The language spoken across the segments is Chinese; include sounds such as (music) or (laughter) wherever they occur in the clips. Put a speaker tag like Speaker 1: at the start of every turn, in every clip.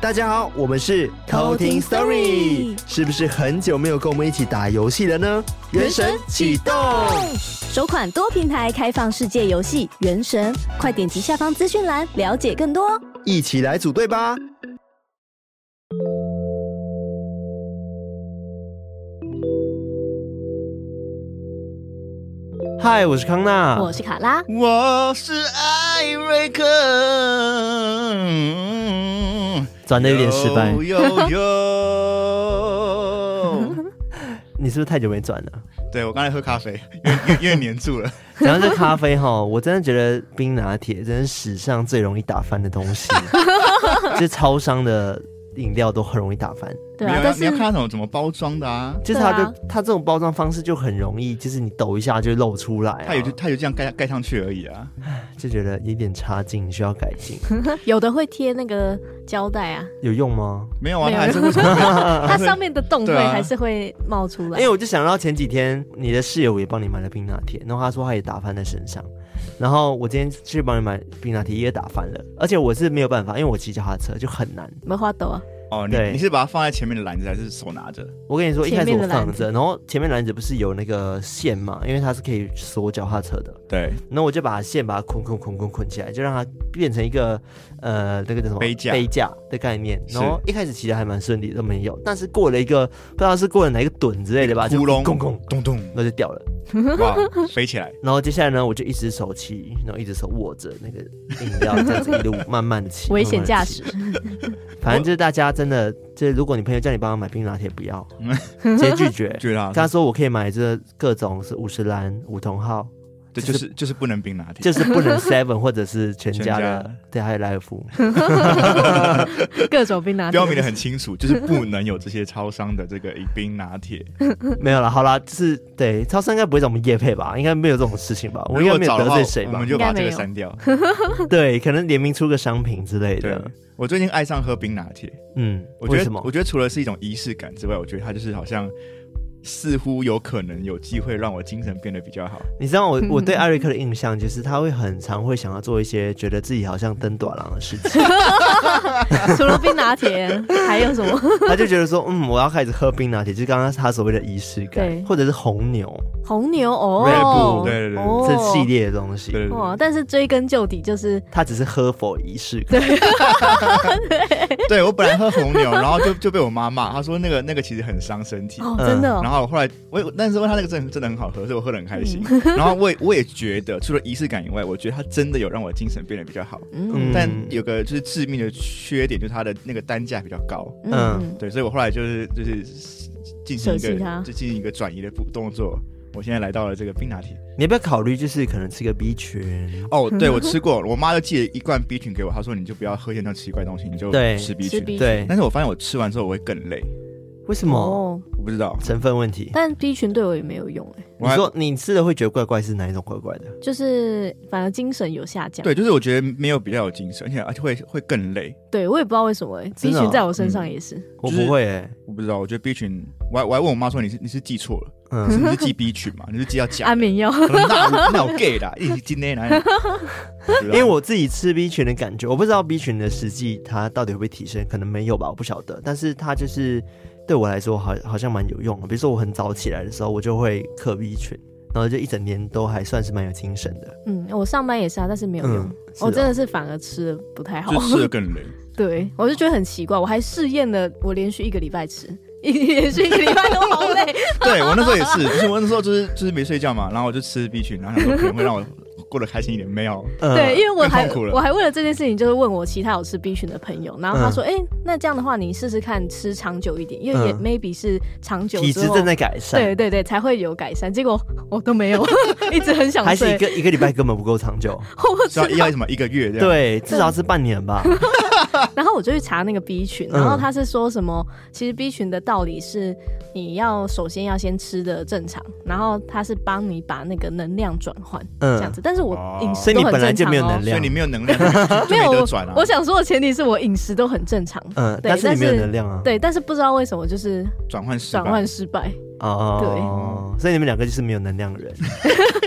Speaker 1: 大家好，我们是
Speaker 2: 偷听 Story
Speaker 1: 是不是很久没有跟我们一起打游戏了呢？原神启动，
Speaker 2: 首款多平台开放世界游戏《原神》，快点击下方资讯栏了解更多哦。
Speaker 1: 一起来组队吧！
Speaker 3: 嗨，我是康纳。
Speaker 2: 我是卡拉，
Speaker 4: 我是艾瑞克，嗯
Speaker 3: 转的有点失败
Speaker 4: 呦，呦
Speaker 3: (laughs)
Speaker 4: 呦
Speaker 3: 你是不是太久没转了？
Speaker 4: 对我刚才喝咖啡，因为因为因为黏住了。
Speaker 3: 讲到这咖啡哈，我真的觉得冰拿铁真是史上最容易打翻的东
Speaker 2: (laughs)
Speaker 3: 西，就是超商的饮料都很容易打翻，
Speaker 2: (laughs) 对
Speaker 4: 你
Speaker 2: 啊，
Speaker 4: 要
Speaker 2: 但
Speaker 4: 你
Speaker 2: 是
Speaker 4: 要看它怎么怎么包装的啊，
Speaker 3: 就是它
Speaker 2: 对
Speaker 3: 的、
Speaker 2: 啊
Speaker 3: 它这种包装方式就很容易，就是你抖一下就露出来、啊，
Speaker 4: 它也就它也就这样盖盖上去而已啊。
Speaker 3: 就觉得有点差劲，需要改进，
Speaker 2: 有的会贴那个胶带啊，
Speaker 3: 有用
Speaker 2: (laughs)
Speaker 3: 吗？
Speaker 4: 没有啊，
Speaker 2: 没有
Speaker 4: 它还是
Speaker 2: (laughs)
Speaker 4: 为什么？
Speaker 2: 它上面的洞会
Speaker 4: 对啊
Speaker 2: 还是会冒出来
Speaker 3: 因为。我就想到前几天你的室友也帮你买了冰拿铁，然后他说他也打翻在身上，然后我今天去帮你买冰拿铁也打翻了，而且我是没有办法，因为我骑脚踏车就很难。
Speaker 2: 没花斗啊，
Speaker 4: 哦，你
Speaker 3: 对
Speaker 4: 你是把它放在前面的篮子，还是手拿着？
Speaker 3: 我跟你说，一开
Speaker 2: 前
Speaker 3: 始
Speaker 2: 面
Speaker 3: 我
Speaker 2: 的篮
Speaker 3: 放着，然后前面篮子不是有那个线嘛，因为它是可以锁脚踏车的，
Speaker 4: 对，
Speaker 3: 然后我就把线把它捆捆捆捆捆起来，就让它变成一个呃那个叫什么
Speaker 4: 杯架
Speaker 3: 杯架的概念。
Speaker 4: 是
Speaker 3: 然后一开始骑的还蛮顺利，都没有，但是过了一个不知道是过了哪一个墩之类的吧，就
Speaker 4: 窟窿，
Speaker 3: 拱拱，
Speaker 4: 咚咚，
Speaker 3: 然后就掉了。
Speaker 4: 哇，飞起来，
Speaker 3: 然后接下来呢，我就一只手骑，然后一只手握着那个饮料，这样子一路慢慢的骑，
Speaker 2: 危险驾
Speaker 3: 慢慢地骑。
Speaker 2: 驶，
Speaker 3: 反正就是大家真的，就是如果你朋友叫你帮他买冰拿铁，不
Speaker 4: (laughs)
Speaker 3: 要，直接拒绝。
Speaker 4: 对啦
Speaker 3: 跟，他说我可以买这各种是五十兰、五同号，
Speaker 4: 对，
Speaker 3: 就
Speaker 4: 就是是就是不能冰拿铁，
Speaker 3: 就是不
Speaker 4: (laughs)
Speaker 3: 能 Seven 或者是全家
Speaker 4: 全
Speaker 3: 的
Speaker 4: 家，
Speaker 3: 对，还有莱尔夫。
Speaker 2: 各种冰拿铁
Speaker 4: 标明的很清楚，就是不能有这些超商的这个冰拿铁。
Speaker 3: (laughs) 没有了，好啦，就是对，超市应该不会找我们夜配吧？应该没有这种事情吧？我应
Speaker 4: 如
Speaker 3: 该
Speaker 4: 果
Speaker 3: 没有
Speaker 4: 找的
Speaker 3: 得
Speaker 4: 话
Speaker 3: 罪谁，
Speaker 4: 我
Speaker 3: 吧
Speaker 4: 们？就把
Speaker 2: 应该
Speaker 4: 这
Speaker 2: 没
Speaker 4: 个
Speaker 2: 有
Speaker 4: 删掉。
Speaker 3: (laughs) 对，可能联名出个商品之类
Speaker 4: 对
Speaker 3: 的。，
Speaker 4: 我最近爱上喝冰拿铁，
Speaker 3: 嗯，
Speaker 4: 我
Speaker 3: 啊
Speaker 4: 觉
Speaker 3: 为
Speaker 4: 得
Speaker 3: 什么
Speaker 4: 我？觉得除了是一种仪式感之外，我觉得它就是好像似乎有可能有机会让我精神变得比较好。
Speaker 3: 你知道我
Speaker 2: 嗯
Speaker 3: 我对艾瑞克的印象就是他会很常会想要做一些觉得自己好像登短廊的事
Speaker 2: (laughs)
Speaker 3: 情，
Speaker 2: 除了冰拿铁还有什么？ (laughs)
Speaker 3: 他就觉得说嗯我要开始喝冰拿铁，就是刚刚他所谓的仪式感
Speaker 2: 对，
Speaker 3: 或者是红牛
Speaker 2: 红牛
Speaker 3: Red
Speaker 2: 哦
Speaker 3: Bull，，
Speaker 4: 对对对对
Speaker 2: 哦
Speaker 3: 这系列的东西，
Speaker 4: 对对对，
Speaker 2: 哇！但是追根究底就是
Speaker 3: 他只是喝否仪式感，
Speaker 4: 对我本来喝红牛，然后就 (laughs) 就被我妈骂，她说那个那个其实很伤身体。
Speaker 2: 哦，
Speaker 3: 嗯
Speaker 2: 真的哦
Speaker 4: 然后后来我有但是她那个真的真的很好喝，所以我喝的很开心。 (laughs) 然后我也我也觉得，除了仪式感以外，我觉得它真的有让我精神变得比较好。
Speaker 2: 嗯
Speaker 4: 但有个就是致命的缺点，就是它的那个单价比较高。
Speaker 2: 嗯
Speaker 3: 嗯
Speaker 2: 嗯，
Speaker 4: 对，所以我后来就是就是进行一
Speaker 2: 舍弃它
Speaker 4: 个就进行一个转移的步动作。我现在来到了这个冰拿铁。
Speaker 3: 你要不要考虑就是可能吃个 B 群？
Speaker 2: (laughs)
Speaker 4: 哦，对我吃过，我妈就寄了一罐 B 群给我，她说你就不要喝见到奇怪的东西，你就
Speaker 3: 对
Speaker 4: 吃 B
Speaker 2: 吃
Speaker 4: 群。
Speaker 2: B
Speaker 3: 对，
Speaker 4: 但是我发现我吃完之后我会更累，
Speaker 3: 为什么？
Speaker 2: 哦，
Speaker 4: 我不知道。
Speaker 2: (laughs)
Speaker 3: 成分问题。
Speaker 2: 但 B 群对我也没有用哎、
Speaker 4: 我
Speaker 3: 你
Speaker 4: 还
Speaker 3: 说你吃了会觉得怪怪是哪一种怪怪的？
Speaker 2: 就是反而精神有下降。
Speaker 4: 对，就是我觉得没有比较有精神，而且而且会会更累。
Speaker 2: 对，我也不知道为什么哎、
Speaker 3: 真的
Speaker 2: b
Speaker 3: 哦
Speaker 2: 群在我身上也是，
Speaker 3: 我
Speaker 4: 就是
Speaker 3: 不会欸诶，
Speaker 4: 我不知道，我觉得 B 群，我还我还问我妈说你是你是记错了，你是
Speaker 3: 嗯，
Speaker 4: 你是记 B 群嘛？你是
Speaker 2: (laughs)
Speaker 4: 记到假
Speaker 2: 安
Speaker 4: 的？
Speaker 2: 眠药。
Speaker 4: 我说那我 (laughs) 那我 gay 啦，一起
Speaker 2: (laughs)
Speaker 4: 今天来。因
Speaker 3: 因为我自己吃 B 群的感觉，我不知道 B 群的实际它到底会不会提升，可能没有吧，我不晓得。但是它就是对我来说好好像蛮有用的。比如说我很早起来的时候，我就会嗑 B 群，然后就一整年都还算是蛮有精神的。
Speaker 2: (laughs) 嗯，我上班也是啊，但是没有用。
Speaker 3: 嗯，是
Speaker 2: 我真
Speaker 3: 哦
Speaker 2: 的是反而吃的不太好
Speaker 4: 就，吃的更累。
Speaker 2: (laughs) 对我就觉得很奇怪，我还试验了，我连续一个礼拜吃，一 (laughs) 连续一个礼拜都好累，
Speaker 4: 对我那时候也是，就是我那时候就是就是没睡觉嘛，然后我就吃 B 群，然后想说可能会让我过得开心一点，没有，
Speaker 3: 嗯
Speaker 2: 对，因为我还
Speaker 4: 更痛苦了
Speaker 2: 我还为了这件事情，就是问我其他有吃 B 群的朋友，然后
Speaker 3: 嗯
Speaker 2: 他说，哎、那这样的话你试试看吃长久一点，因为也
Speaker 3: 嗯
Speaker 2: maybe 是长久
Speaker 3: 体
Speaker 2: 之
Speaker 3: 质
Speaker 2: 后，
Speaker 3: 正在改善，
Speaker 2: 对对对才会有改善，结果我都没有， (laughs) 一直很想
Speaker 3: 还是
Speaker 2: 睡
Speaker 3: 一，个一个礼拜根本不够长久，
Speaker 4: 是要要什么一个月这样。
Speaker 3: 对，至少是半年吧。
Speaker 2: 然后我就去查那个 B 群，
Speaker 3: 嗯
Speaker 2: 然后他是说什么？其实 B 群的道理是，你要首先要先吃的正常，然后它是帮你把那个能量转换、这样
Speaker 3: 嗯，
Speaker 2: 子。但是我
Speaker 4: 哦
Speaker 2: 饮食
Speaker 3: 所以
Speaker 2: 都
Speaker 3: 你
Speaker 2: 很
Speaker 3: 本来
Speaker 2: 正
Speaker 3: 就
Speaker 2: 常
Speaker 3: 没有
Speaker 2: 哦
Speaker 3: 能，
Speaker 4: 所以
Speaker 3: 量
Speaker 4: 你，没有能量，就
Speaker 2: 没
Speaker 4: 就
Speaker 2: 有
Speaker 4: 没得
Speaker 2: 我
Speaker 4: 转啊。
Speaker 2: 我想说的前提是我饮食都很正常，
Speaker 3: 嗯，
Speaker 2: 对
Speaker 3: 但是你没有
Speaker 2: 但是
Speaker 3: 能量啊。
Speaker 2: 对，但是不知道为什么就是
Speaker 4: 转换失
Speaker 2: (laughs)
Speaker 4: 败
Speaker 2: 转换失败， (laughs)
Speaker 3: 哦，所以你们两个就是没有能量的人。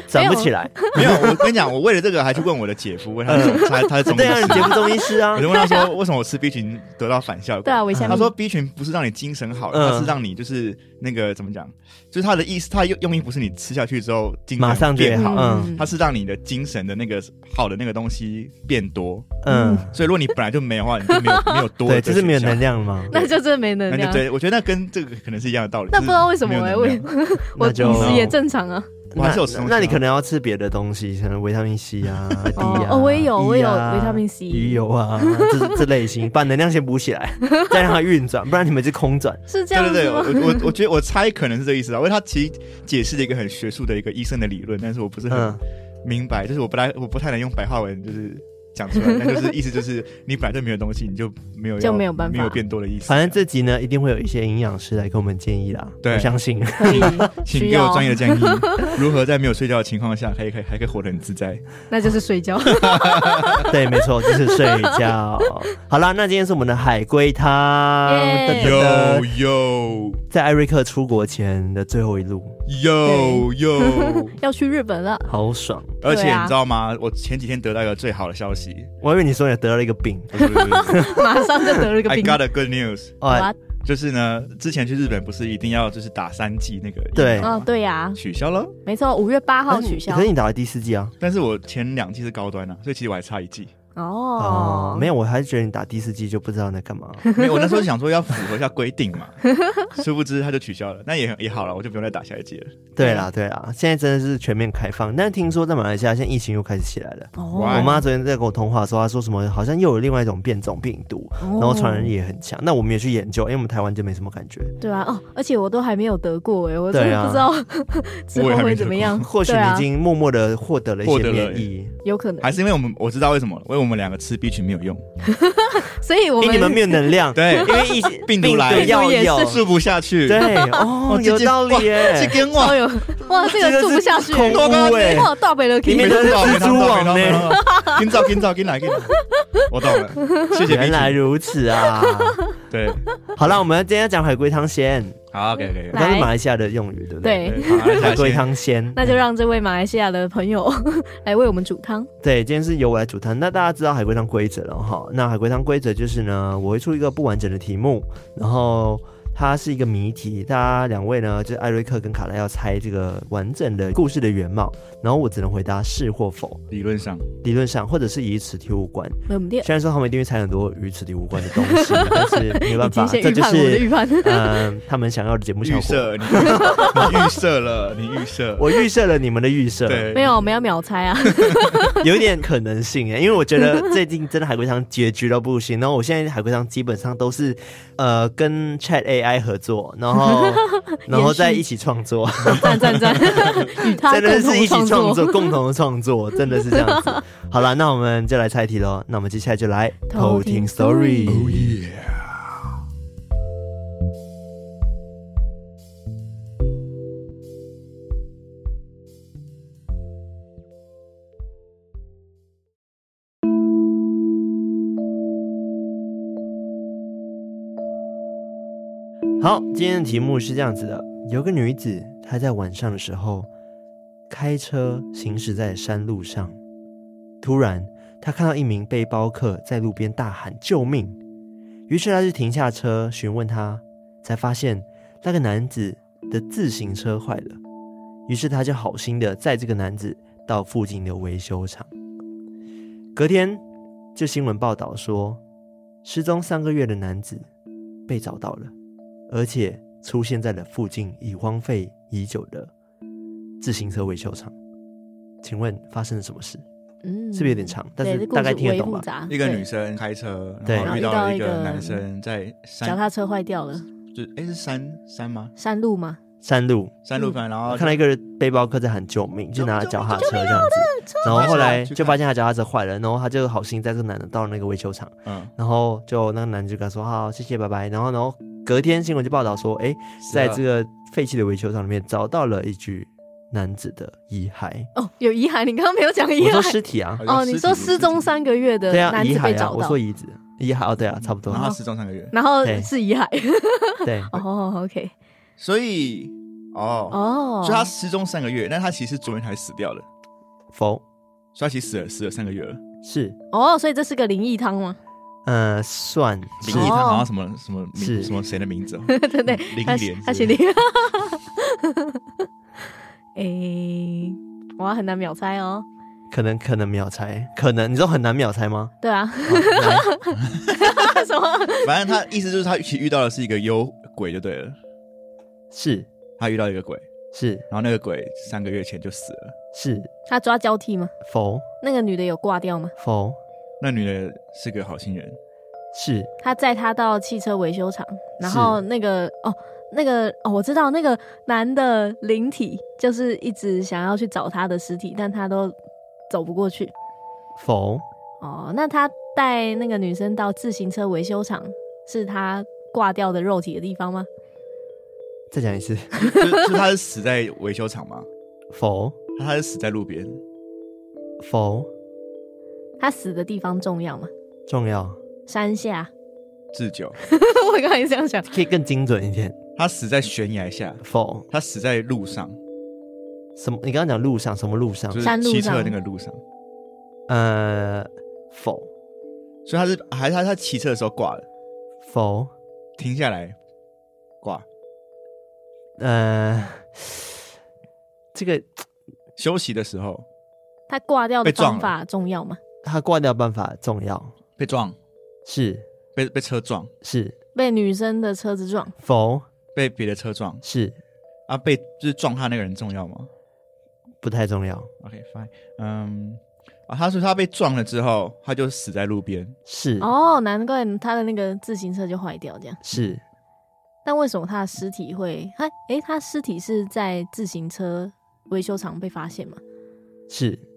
Speaker 3: 转不起来。
Speaker 4: 没有，我跟你讲，我为了这个还去问我的姐夫，问他是他他是中医
Speaker 3: 对啊，你
Speaker 4: 师
Speaker 3: 节，目中医师啊
Speaker 4: (laughs) 我，就问他说为什么我吃 B 群得到反效
Speaker 2: 对
Speaker 4: 果？
Speaker 2: 啊，维下
Speaker 4: 他
Speaker 2: 面
Speaker 4: 说 B 群不是让你精神好，
Speaker 3: 嗯
Speaker 4: 它是让你就是那个怎么讲，就是他的意思，他用用意不是你吃下去之后精神
Speaker 3: 马上就
Speaker 4: 变
Speaker 3: 好
Speaker 4: 好，
Speaker 3: 嗯
Speaker 4: 它是让你的精神的那个好的那个东西变多。
Speaker 3: 嗯，
Speaker 4: 所以如果你本来就没有的话，你就没有没有多
Speaker 3: 对，
Speaker 4: 的
Speaker 3: 就是没有
Speaker 4: 选项
Speaker 3: 能，量嘛，
Speaker 2: 那就真的没能
Speaker 4: 那就
Speaker 2: 量。
Speaker 4: 对，我觉得那跟这个可能是一样的道理。
Speaker 2: 那不知道为什么
Speaker 4: 就是没
Speaker 2: 哎，
Speaker 4: 有能啊
Speaker 2: 我
Speaker 4: 量
Speaker 2: 我
Speaker 3: 那就
Speaker 2: 饮食也正常啊。
Speaker 4: 我还是有吃东
Speaker 3: 那
Speaker 4: 西啊
Speaker 3: 那你可能要吃别的东西，可能维他命 C 啊、D
Speaker 2: 哦
Speaker 3: 啊。
Speaker 2: 哦我也有
Speaker 3: E 啊
Speaker 2: 我也有维他命 C
Speaker 3: 鱼油啊，这这类型，把能量先补起
Speaker 2: (laughs)
Speaker 3: 来，再让它运转，不然你们是空转。
Speaker 2: 是这样
Speaker 4: 对对
Speaker 2: 子
Speaker 4: 对，我
Speaker 2: 吗？
Speaker 4: 我我觉得我猜可能是这个意思啊，因为他其实解释了一个很学术的一个医生的理论，但是我不是很
Speaker 3: 嗯，
Speaker 4: 明白，就是我不太我不太能用白话文就是
Speaker 2: (laughs)
Speaker 4: 讲出来，但就是意思就是你本来就没有东西，你就没有要
Speaker 2: 就没有办法
Speaker 4: 没有变多的意思。
Speaker 3: 反正这集呢，一定会有一些营养师来给我们建议啦。
Speaker 4: 对
Speaker 3: 我相信。
Speaker 2: 可以， (laughs)
Speaker 4: 请
Speaker 2: 需
Speaker 4: 给我
Speaker 2: 要
Speaker 4: 专业的建议，如何在没有睡觉的情况下，还可以还可以活得很自在。
Speaker 2: 那就是睡觉。
Speaker 3: 对，没错，就是睡觉。好啦，那今天是我们的海龟汤，
Speaker 2: 耶
Speaker 3: 噔噔
Speaker 4: 哟
Speaker 3: 噔
Speaker 4: 哟
Speaker 3: 在艾瑞克出国前的最后一路，
Speaker 4: 哟哟！
Speaker 2: 要去日本了，
Speaker 3: 好爽。
Speaker 4: 而且
Speaker 2: 对啊
Speaker 4: 你知道吗？我前几天得到一个最好的
Speaker 2: (laughs)
Speaker 4: 消息
Speaker 3: 我以为你说你得了一个病，
Speaker 4: 不是不是不是
Speaker 2: 马上就得了一个
Speaker 4: (laughs) ，I
Speaker 2: 病。
Speaker 4: got a good news，
Speaker 3: 哎，
Speaker 4: 就是呢，之前去日本不是一定要就是打三剂那个疫苗
Speaker 3: 对
Speaker 2: 啊，
Speaker 4: 吗，
Speaker 2: 对呀，
Speaker 4: 取消了。
Speaker 2: 没错，五月八号取消
Speaker 3: 可是。你打了第四季啊？
Speaker 4: 但是我前两剂是高端啊，所以其实我还差一剂。
Speaker 2: 哦
Speaker 3: 哦，，没有，我还是觉得你打第四季就不知道你在干
Speaker 2: (laughs)
Speaker 3: 嘛。
Speaker 4: 没有，我那时候想说要符合一下规定嘛，殊不知他就取消了。那也也好了，我就不用再打下一剂了。
Speaker 3: 对啦，对啦，现在真的是全面开放，但是听说在马来西亚现在疫情又开始起来了。
Speaker 2: 哦
Speaker 4: 哇，
Speaker 3: 我妈昨天在跟我通话的时候，她说什么好像又有另外一种变种病毒，
Speaker 2: 哦
Speaker 3: 然后传染力也很强。那我们也去研究，因为我们台湾就没什么感觉。
Speaker 2: 对啊，哦，而且我都还没有得过哎，我真
Speaker 3: 对
Speaker 2: 的
Speaker 3: 啊
Speaker 2: 不知道之后
Speaker 4: 我也还没
Speaker 2: 会
Speaker 4: 得
Speaker 2: 怎么
Speaker 4: 过
Speaker 2: 样。
Speaker 3: 或许
Speaker 2: 对
Speaker 3: 你已
Speaker 2: 啊，
Speaker 3: 经默默的获得了一
Speaker 4: 获
Speaker 3: 些
Speaker 4: 得了
Speaker 3: 免疫，
Speaker 2: 有可能
Speaker 4: 还，是因为我们我知道为什么了，因为我们两个吃 B 群没有用，
Speaker 2: 所以我
Speaker 3: 因为你们
Speaker 2: 们
Speaker 3: 没有能量，
Speaker 4: 对
Speaker 3: 因为疫
Speaker 4: 病毒来
Speaker 3: 要
Speaker 2: 病毒
Speaker 3: 有
Speaker 2: 也，
Speaker 4: 哦吃不下去。
Speaker 3: 对
Speaker 4: (laughs) 哦
Speaker 3: 哦，
Speaker 4: 这
Speaker 3: 有
Speaker 4: 这
Speaker 3: 道理
Speaker 4: 这
Speaker 3: 耶，
Speaker 4: 跟
Speaker 2: 哦
Speaker 4: 我
Speaker 2: 呦，
Speaker 3: (laughs)
Speaker 2: 哇，这个住不下去，
Speaker 3: 空屋哎，
Speaker 2: 哇，大北的 K，
Speaker 3: 里面都是蜘蛛网呢
Speaker 4: 呢。
Speaker 2: (laughs)
Speaker 4: 今早今早今来今来，我懂了，谢谢 B
Speaker 3: 原来
Speaker 4: 群。
Speaker 3: 如此啊！
Speaker 4: 对，
Speaker 3: 好了，我们今天要讲海龟汤先，
Speaker 4: 好，OK OK。
Speaker 2: 来
Speaker 3: 它是马来西亚的用语，对不对？
Speaker 2: 对。
Speaker 4: 对，好
Speaker 3: 海龟，汤先，
Speaker 2: 那就让这位马来西亚的朋友来为我们煮汤。
Speaker 3: 对，今天是由我来煮汤。那大家知道海龟汤规则了哈？那海龟汤规则就是呢，我会出一个不完整的题目，然后它是一个谜题，大家两位呢，就是艾瑞克跟卡莱要猜这个完整的故事的原貌，然后我只能回答是或否，
Speaker 4: 理论上
Speaker 3: 理论上或者是以此题无关。
Speaker 2: 没有我们店
Speaker 3: 虽然说他们一定会猜很多与此题无关的东西，但是没
Speaker 2: (laughs) 已
Speaker 3: 办
Speaker 2: 经
Speaker 3: 法，
Speaker 2: 先
Speaker 3: 这
Speaker 2: 预
Speaker 3: 就
Speaker 2: 判我的
Speaker 3: 是
Speaker 2: 预判，
Speaker 3: (laughs) 嗯、呃他们想要的节目效
Speaker 4: 预
Speaker 3: 果。
Speaker 4: 设，你你 (laughs) 预设了，你预设，
Speaker 3: 我预设了你们的预设，
Speaker 4: 对，
Speaker 2: 没有，我们要秒猜啊！ (laughs)
Speaker 3: 有一点可能性欸耶，因为我觉得最近真的海龟汤结局都不行。然后我现在海龟汤基本上都是呃跟 Chat AI 合作，然
Speaker 2: (laughs)
Speaker 3: 后然后再一起创作，
Speaker 2: 赞赞
Speaker 3: (laughs)
Speaker 2: 赞，与他
Speaker 3: 真
Speaker 2: 共
Speaker 3: 的是一
Speaker 2: 同
Speaker 3: 起
Speaker 2: 创
Speaker 3: 创
Speaker 2: 作。
Speaker 3: 作，共同的创作，真的是这样子。好了，那我们就来猜题喽。那我们接下来就来
Speaker 2: 偷听 story
Speaker 4: Oh
Speaker 3: 好，今天的题目是这样子的：有个女子，她在晚上的时候开车行驶在山路上，突然她看到一名背包客在路边大喊救命，于是她就停下车询问他，才发现那个男子的自行车坏了，于是她就好心的载这个男子到附近的维修厂。隔天，就新闻报道说，失踪三个月的男子被找到了。而且出现在了附近已荒废已久的自行车维修厂。请问发生了什么事？
Speaker 2: 嗯
Speaker 3: 是不是有点？长？但
Speaker 2: 对，
Speaker 3: 是
Speaker 2: 这故
Speaker 3: 大
Speaker 2: 事
Speaker 3: 概听得
Speaker 2: 微
Speaker 3: 懂
Speaker 2: 复
Speaker 3: 吧？
Speaker 2: 杂。
Speaker 4: 一个
Speaker 2: 对
Speaker 4: 女生开车，
Speaker 3: 对
Speaker 4: 然后
Speaker 2: 然后
Speaker 4: 遇
Speaker 2: 遇
Speaker 4: 到
Speaker 2: 到
Speaker 4: 一
Speaker 2: 一
Speaker 4: 个
Speaker 2: 个
Speaker 4: 男生在
Speaker 2: 脚
Speaker 4: 山，
Speaker 2: 踏车坏掉了，
Speaker 4: 就哎是山山吗？
Speaker 2: 山路吗？
Speaker 3: 山路，
Speaker 4: 山路翻，然后
Speaker 3: 我看到一个背包客在喊哦救命，就拿了脚踏车这样子，然后后来就发现他脚踏车坏了，然后他就好心带这个男的到那个维修厂，
Speaker 4: 嗯，
Speaker 3: 然后就那个男的就跟他说好，谢谢，拜拜。然后然后隔天新闻就报道说，哎，在这个废弃的维修厂里面找到了一具男子的遗骸，
Speaker 2: 哦，有遗骸，你刚刚没有讲遗
Speaker 3: 我说
Speaker 2: 骸。
Speaker 3: 尸体啊，
Speaker 2: 哦，你说失踪，三个月的
Speaker 3: 对啊，
Speaker 2: 男
Speaker 3: 遗
Speaker 2: 子被
Speaker 3: 骸啊，
Speaker 2: 找
Speaker 3: 我
Speaker 2: 到
Speaker 3: 说，遗子，遗骸哦，对啊，差不多
Speaker 4: 然，后他失踪三个月，
Speaker 2: 然后
Speaker 3: 对
Speaker 2: 是遗骸。
Speaker 3: (laughs)
Speaker 2: (laughs)
Speaker 3: 对，
Speaker 2: 哦，OK，
Speaker 4: 所以哦，
Speaker 2: 哦，
Speaker 4: 所以他失踪三个月，但他其实昨天才死掉的，
Speaker 3: 否，
Speaker 4: 所以他其实死了死了三个月了。
Speaker 3: 是，
Speaker 2: 哦，所以这是个灵异汤吗？ (laughs)
Speaker 3: 呃，算
Speaker 4: 林
Speaker 3: 是
Speaker 4: 异他
Speaker 2: 哦
Speaker 4: 好像什么什么名
Speaker 3: 是
Speaker 4: 什么谁的名字哦？
Speaker 2: 对对，
Speaker 3: 嗯
Speaker 4: 林
Speaker 2: 他
Speaker 4: 莲
Speaker 2: 他
Speaker 4: 之
Speaker 2: 写
Speaker 4: 类
Speaker 2: 灵。 (laughs) 诶，哇，很难秒猜哦。
Speaker 3: 可能可能秒猜，可能你知道很难秒猜吗？
Speaker 2: 对啊，
Speaker 3: 好来
Speaker 2: (laughs) 什么？
Speaker 4: 反正他意思就是他其实遇到的是一个幽鬼就对了，
Speaker 3: 是
Speaker 4: 他遇到一个鬼，
Speaker 3: 是
Speaker 4: 然后那个鬼三个月前就死了。
Speaker 3: 是
Speaker 2: 他抓交替吗？
Speaker 3: 否
Speaker 2: 那个女的有挂掉吗？
Speaker 3: 否
Speaker 4: 那女的是个好心人，
Speaker 3: 是
Speaker 2: 他载她到汽车维修厂，然后那个哦，那个哦，我知道那个男的灵体就是一直想要去找他的尸体，但他都走不过去。
Speaker 3: 否
Speaker 2: 哦，那他带那个女生到自行车维修厂，是他挂掉的肉体的地方吗？
Speaker 3: 再讲一次 (laughs)
Speaker 4: 就就他是死在维修厂嘛，
Speaker 3: 否
Speaker 4: 他是死在路边，
Speaker 3: 否
Speaker 2: 他死的地方重要吗？
Speaker 3: 重要，
Speaker 2: 山下， (laughs)
Speaker 4: 自救。
Speaker 2: 我刚才也这样想。
Speaker 3: 可以更精准一点
Speaker 4: 他死在悬崖下，
Speaker 3: 否
Speaker 4: 他死在路上，
Speaker 3: 什么？你刚刚讲路上什么路上
Speaker 4: 就？是
Speaker 2: 山路上
Speaker 4: 骑车的那个路上。
Speaker 3: 呃否
Speaker 4: 所以他是还是他他骑车的时候挂了，
Speaker 3: 否
Speaker 4: 停下来挂
Speaker 3: 呃这个
Speaker 4: 休息的时候
Speaker 2: 他挂掉的
Speaker 4: 被撞
Speaker 2: 方法重要吗？
Speaker 3: 他挂掉办法重要
Speaker 4: 被撞，
Speaker 3: 是
Speaker 4: 被被车撞，
Speaker 3: 是
Speaker 2: 被女生的车子撞，
Speaker 3: 否
Speaker 4: 被别的车撞
Speaker 3: 是
Speaker 4: 啊，被就是撞他那个人重要吗
Speaker 3: 不太重要
Speaker 4: ？OK fine，嗯啊，他说他被撞了之后，他就死在路边，
Speaker 3: 是
Speaker 2: 哦，难怪他的那个自行车就坏掉这样。
Speaker 3: 是
Speaker 2: 但为什么他的尸体会？他诶、他尸体是在自行车维修厂被发
Speaker 3: (laughs)
Speaker 2: 现吗？
Speaker 3: 是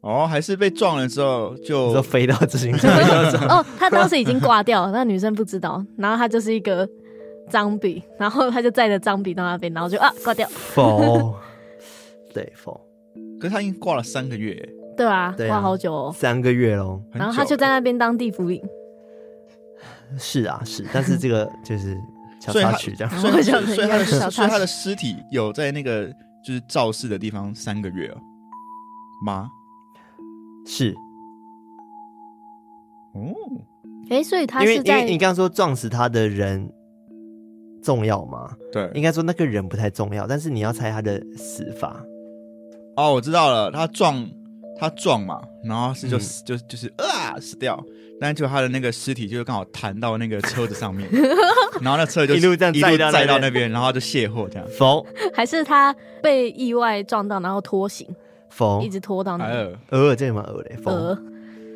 Speaker 4: 哦，还是被撞了之后
Speaker 3: 你说
Speaker 4: 就
Speaker 3: 飞到自行车道上
Speaker 2: 哦，他当时已经挂掉了，那女生不知道，然后他就是一个脏笔，然后他就载着脏笔到那边，然后就啊挂掉，
Speaker 3: 否 (laughs) 对否
Speaker 4: 可是他已经挂了三个月耶，
Speaker 2: 对啊，
Speaker 3: 对啊
Speaker 2: 挂好久哦。
Speaker 3: 三个月喽。
Speaker 4: 很
Speaker 2: 然后他
Speaker 4: 久
Speaker 2: 就在
Speaker 4: 了，
Speaker 2: 那边当地府领，
Speaker 3: 是啊，是，但是这个就是小
Speaker 4: 所以
Speaker 3: 插
Speaker 4: 他
Speaker 3: 曲这样。
Speaker 2: 然
Speaker 4: (laughs) 所
Speaker 2: 后
Speaker 4: 以
Speaker 2: 我
Speaker 4: 他
Speaker 2: 就
Speaker 4: 的所以他的
Speaker 2: 小
Speaker 4: 所以
Speaker 2: 插
Speaker 4: 他的
Speaker 2: 曲。
Speaker 4: 尸体有在那个就是肇事的地方三个月哦，吗？
Speaker 3: 是
Speaker 4: 哦，
Speaker 2: 哎，所以他
Speaker 3: 因为
Speaker 2: 是
Speaker 3: 因为
Speaker 2: 在
Speaker 3: 你刚刚说撞死他的人重要吗？
Speaker 4: 对，
Speaker 3: 应该说那个人不太重要，但是你要猜他的死法。
Speaker 4: 哦，我知道了，他撞他撞嘛，然后是就
Speaker 3: 嗯
Speaker 4: 死、就就是啊死掉，但就他的那个尸体就刚好弹到那个车子
Speaker 2: (laughs)
Speaker 4: 上面，然后那车就
Speaker 3: 一路这样
Speaker 4: 一路
Speaker 3: 载到那
Speaker 4: 载到
Speaker 3: 边
Speaker 4: 那边，然后就卸货这样。
Speaker 3: 否
Speaker 2: 还是他被意外撞到，然后拖行，
Speaker 3: 否
Speaker 2: 一，直拖到那
Speaker 4: 哎
Speaker 2: 个
Speaker 4: 呦，
Speaker 3: 呃，这个蛮恶的。否
Speaker 2: 呃，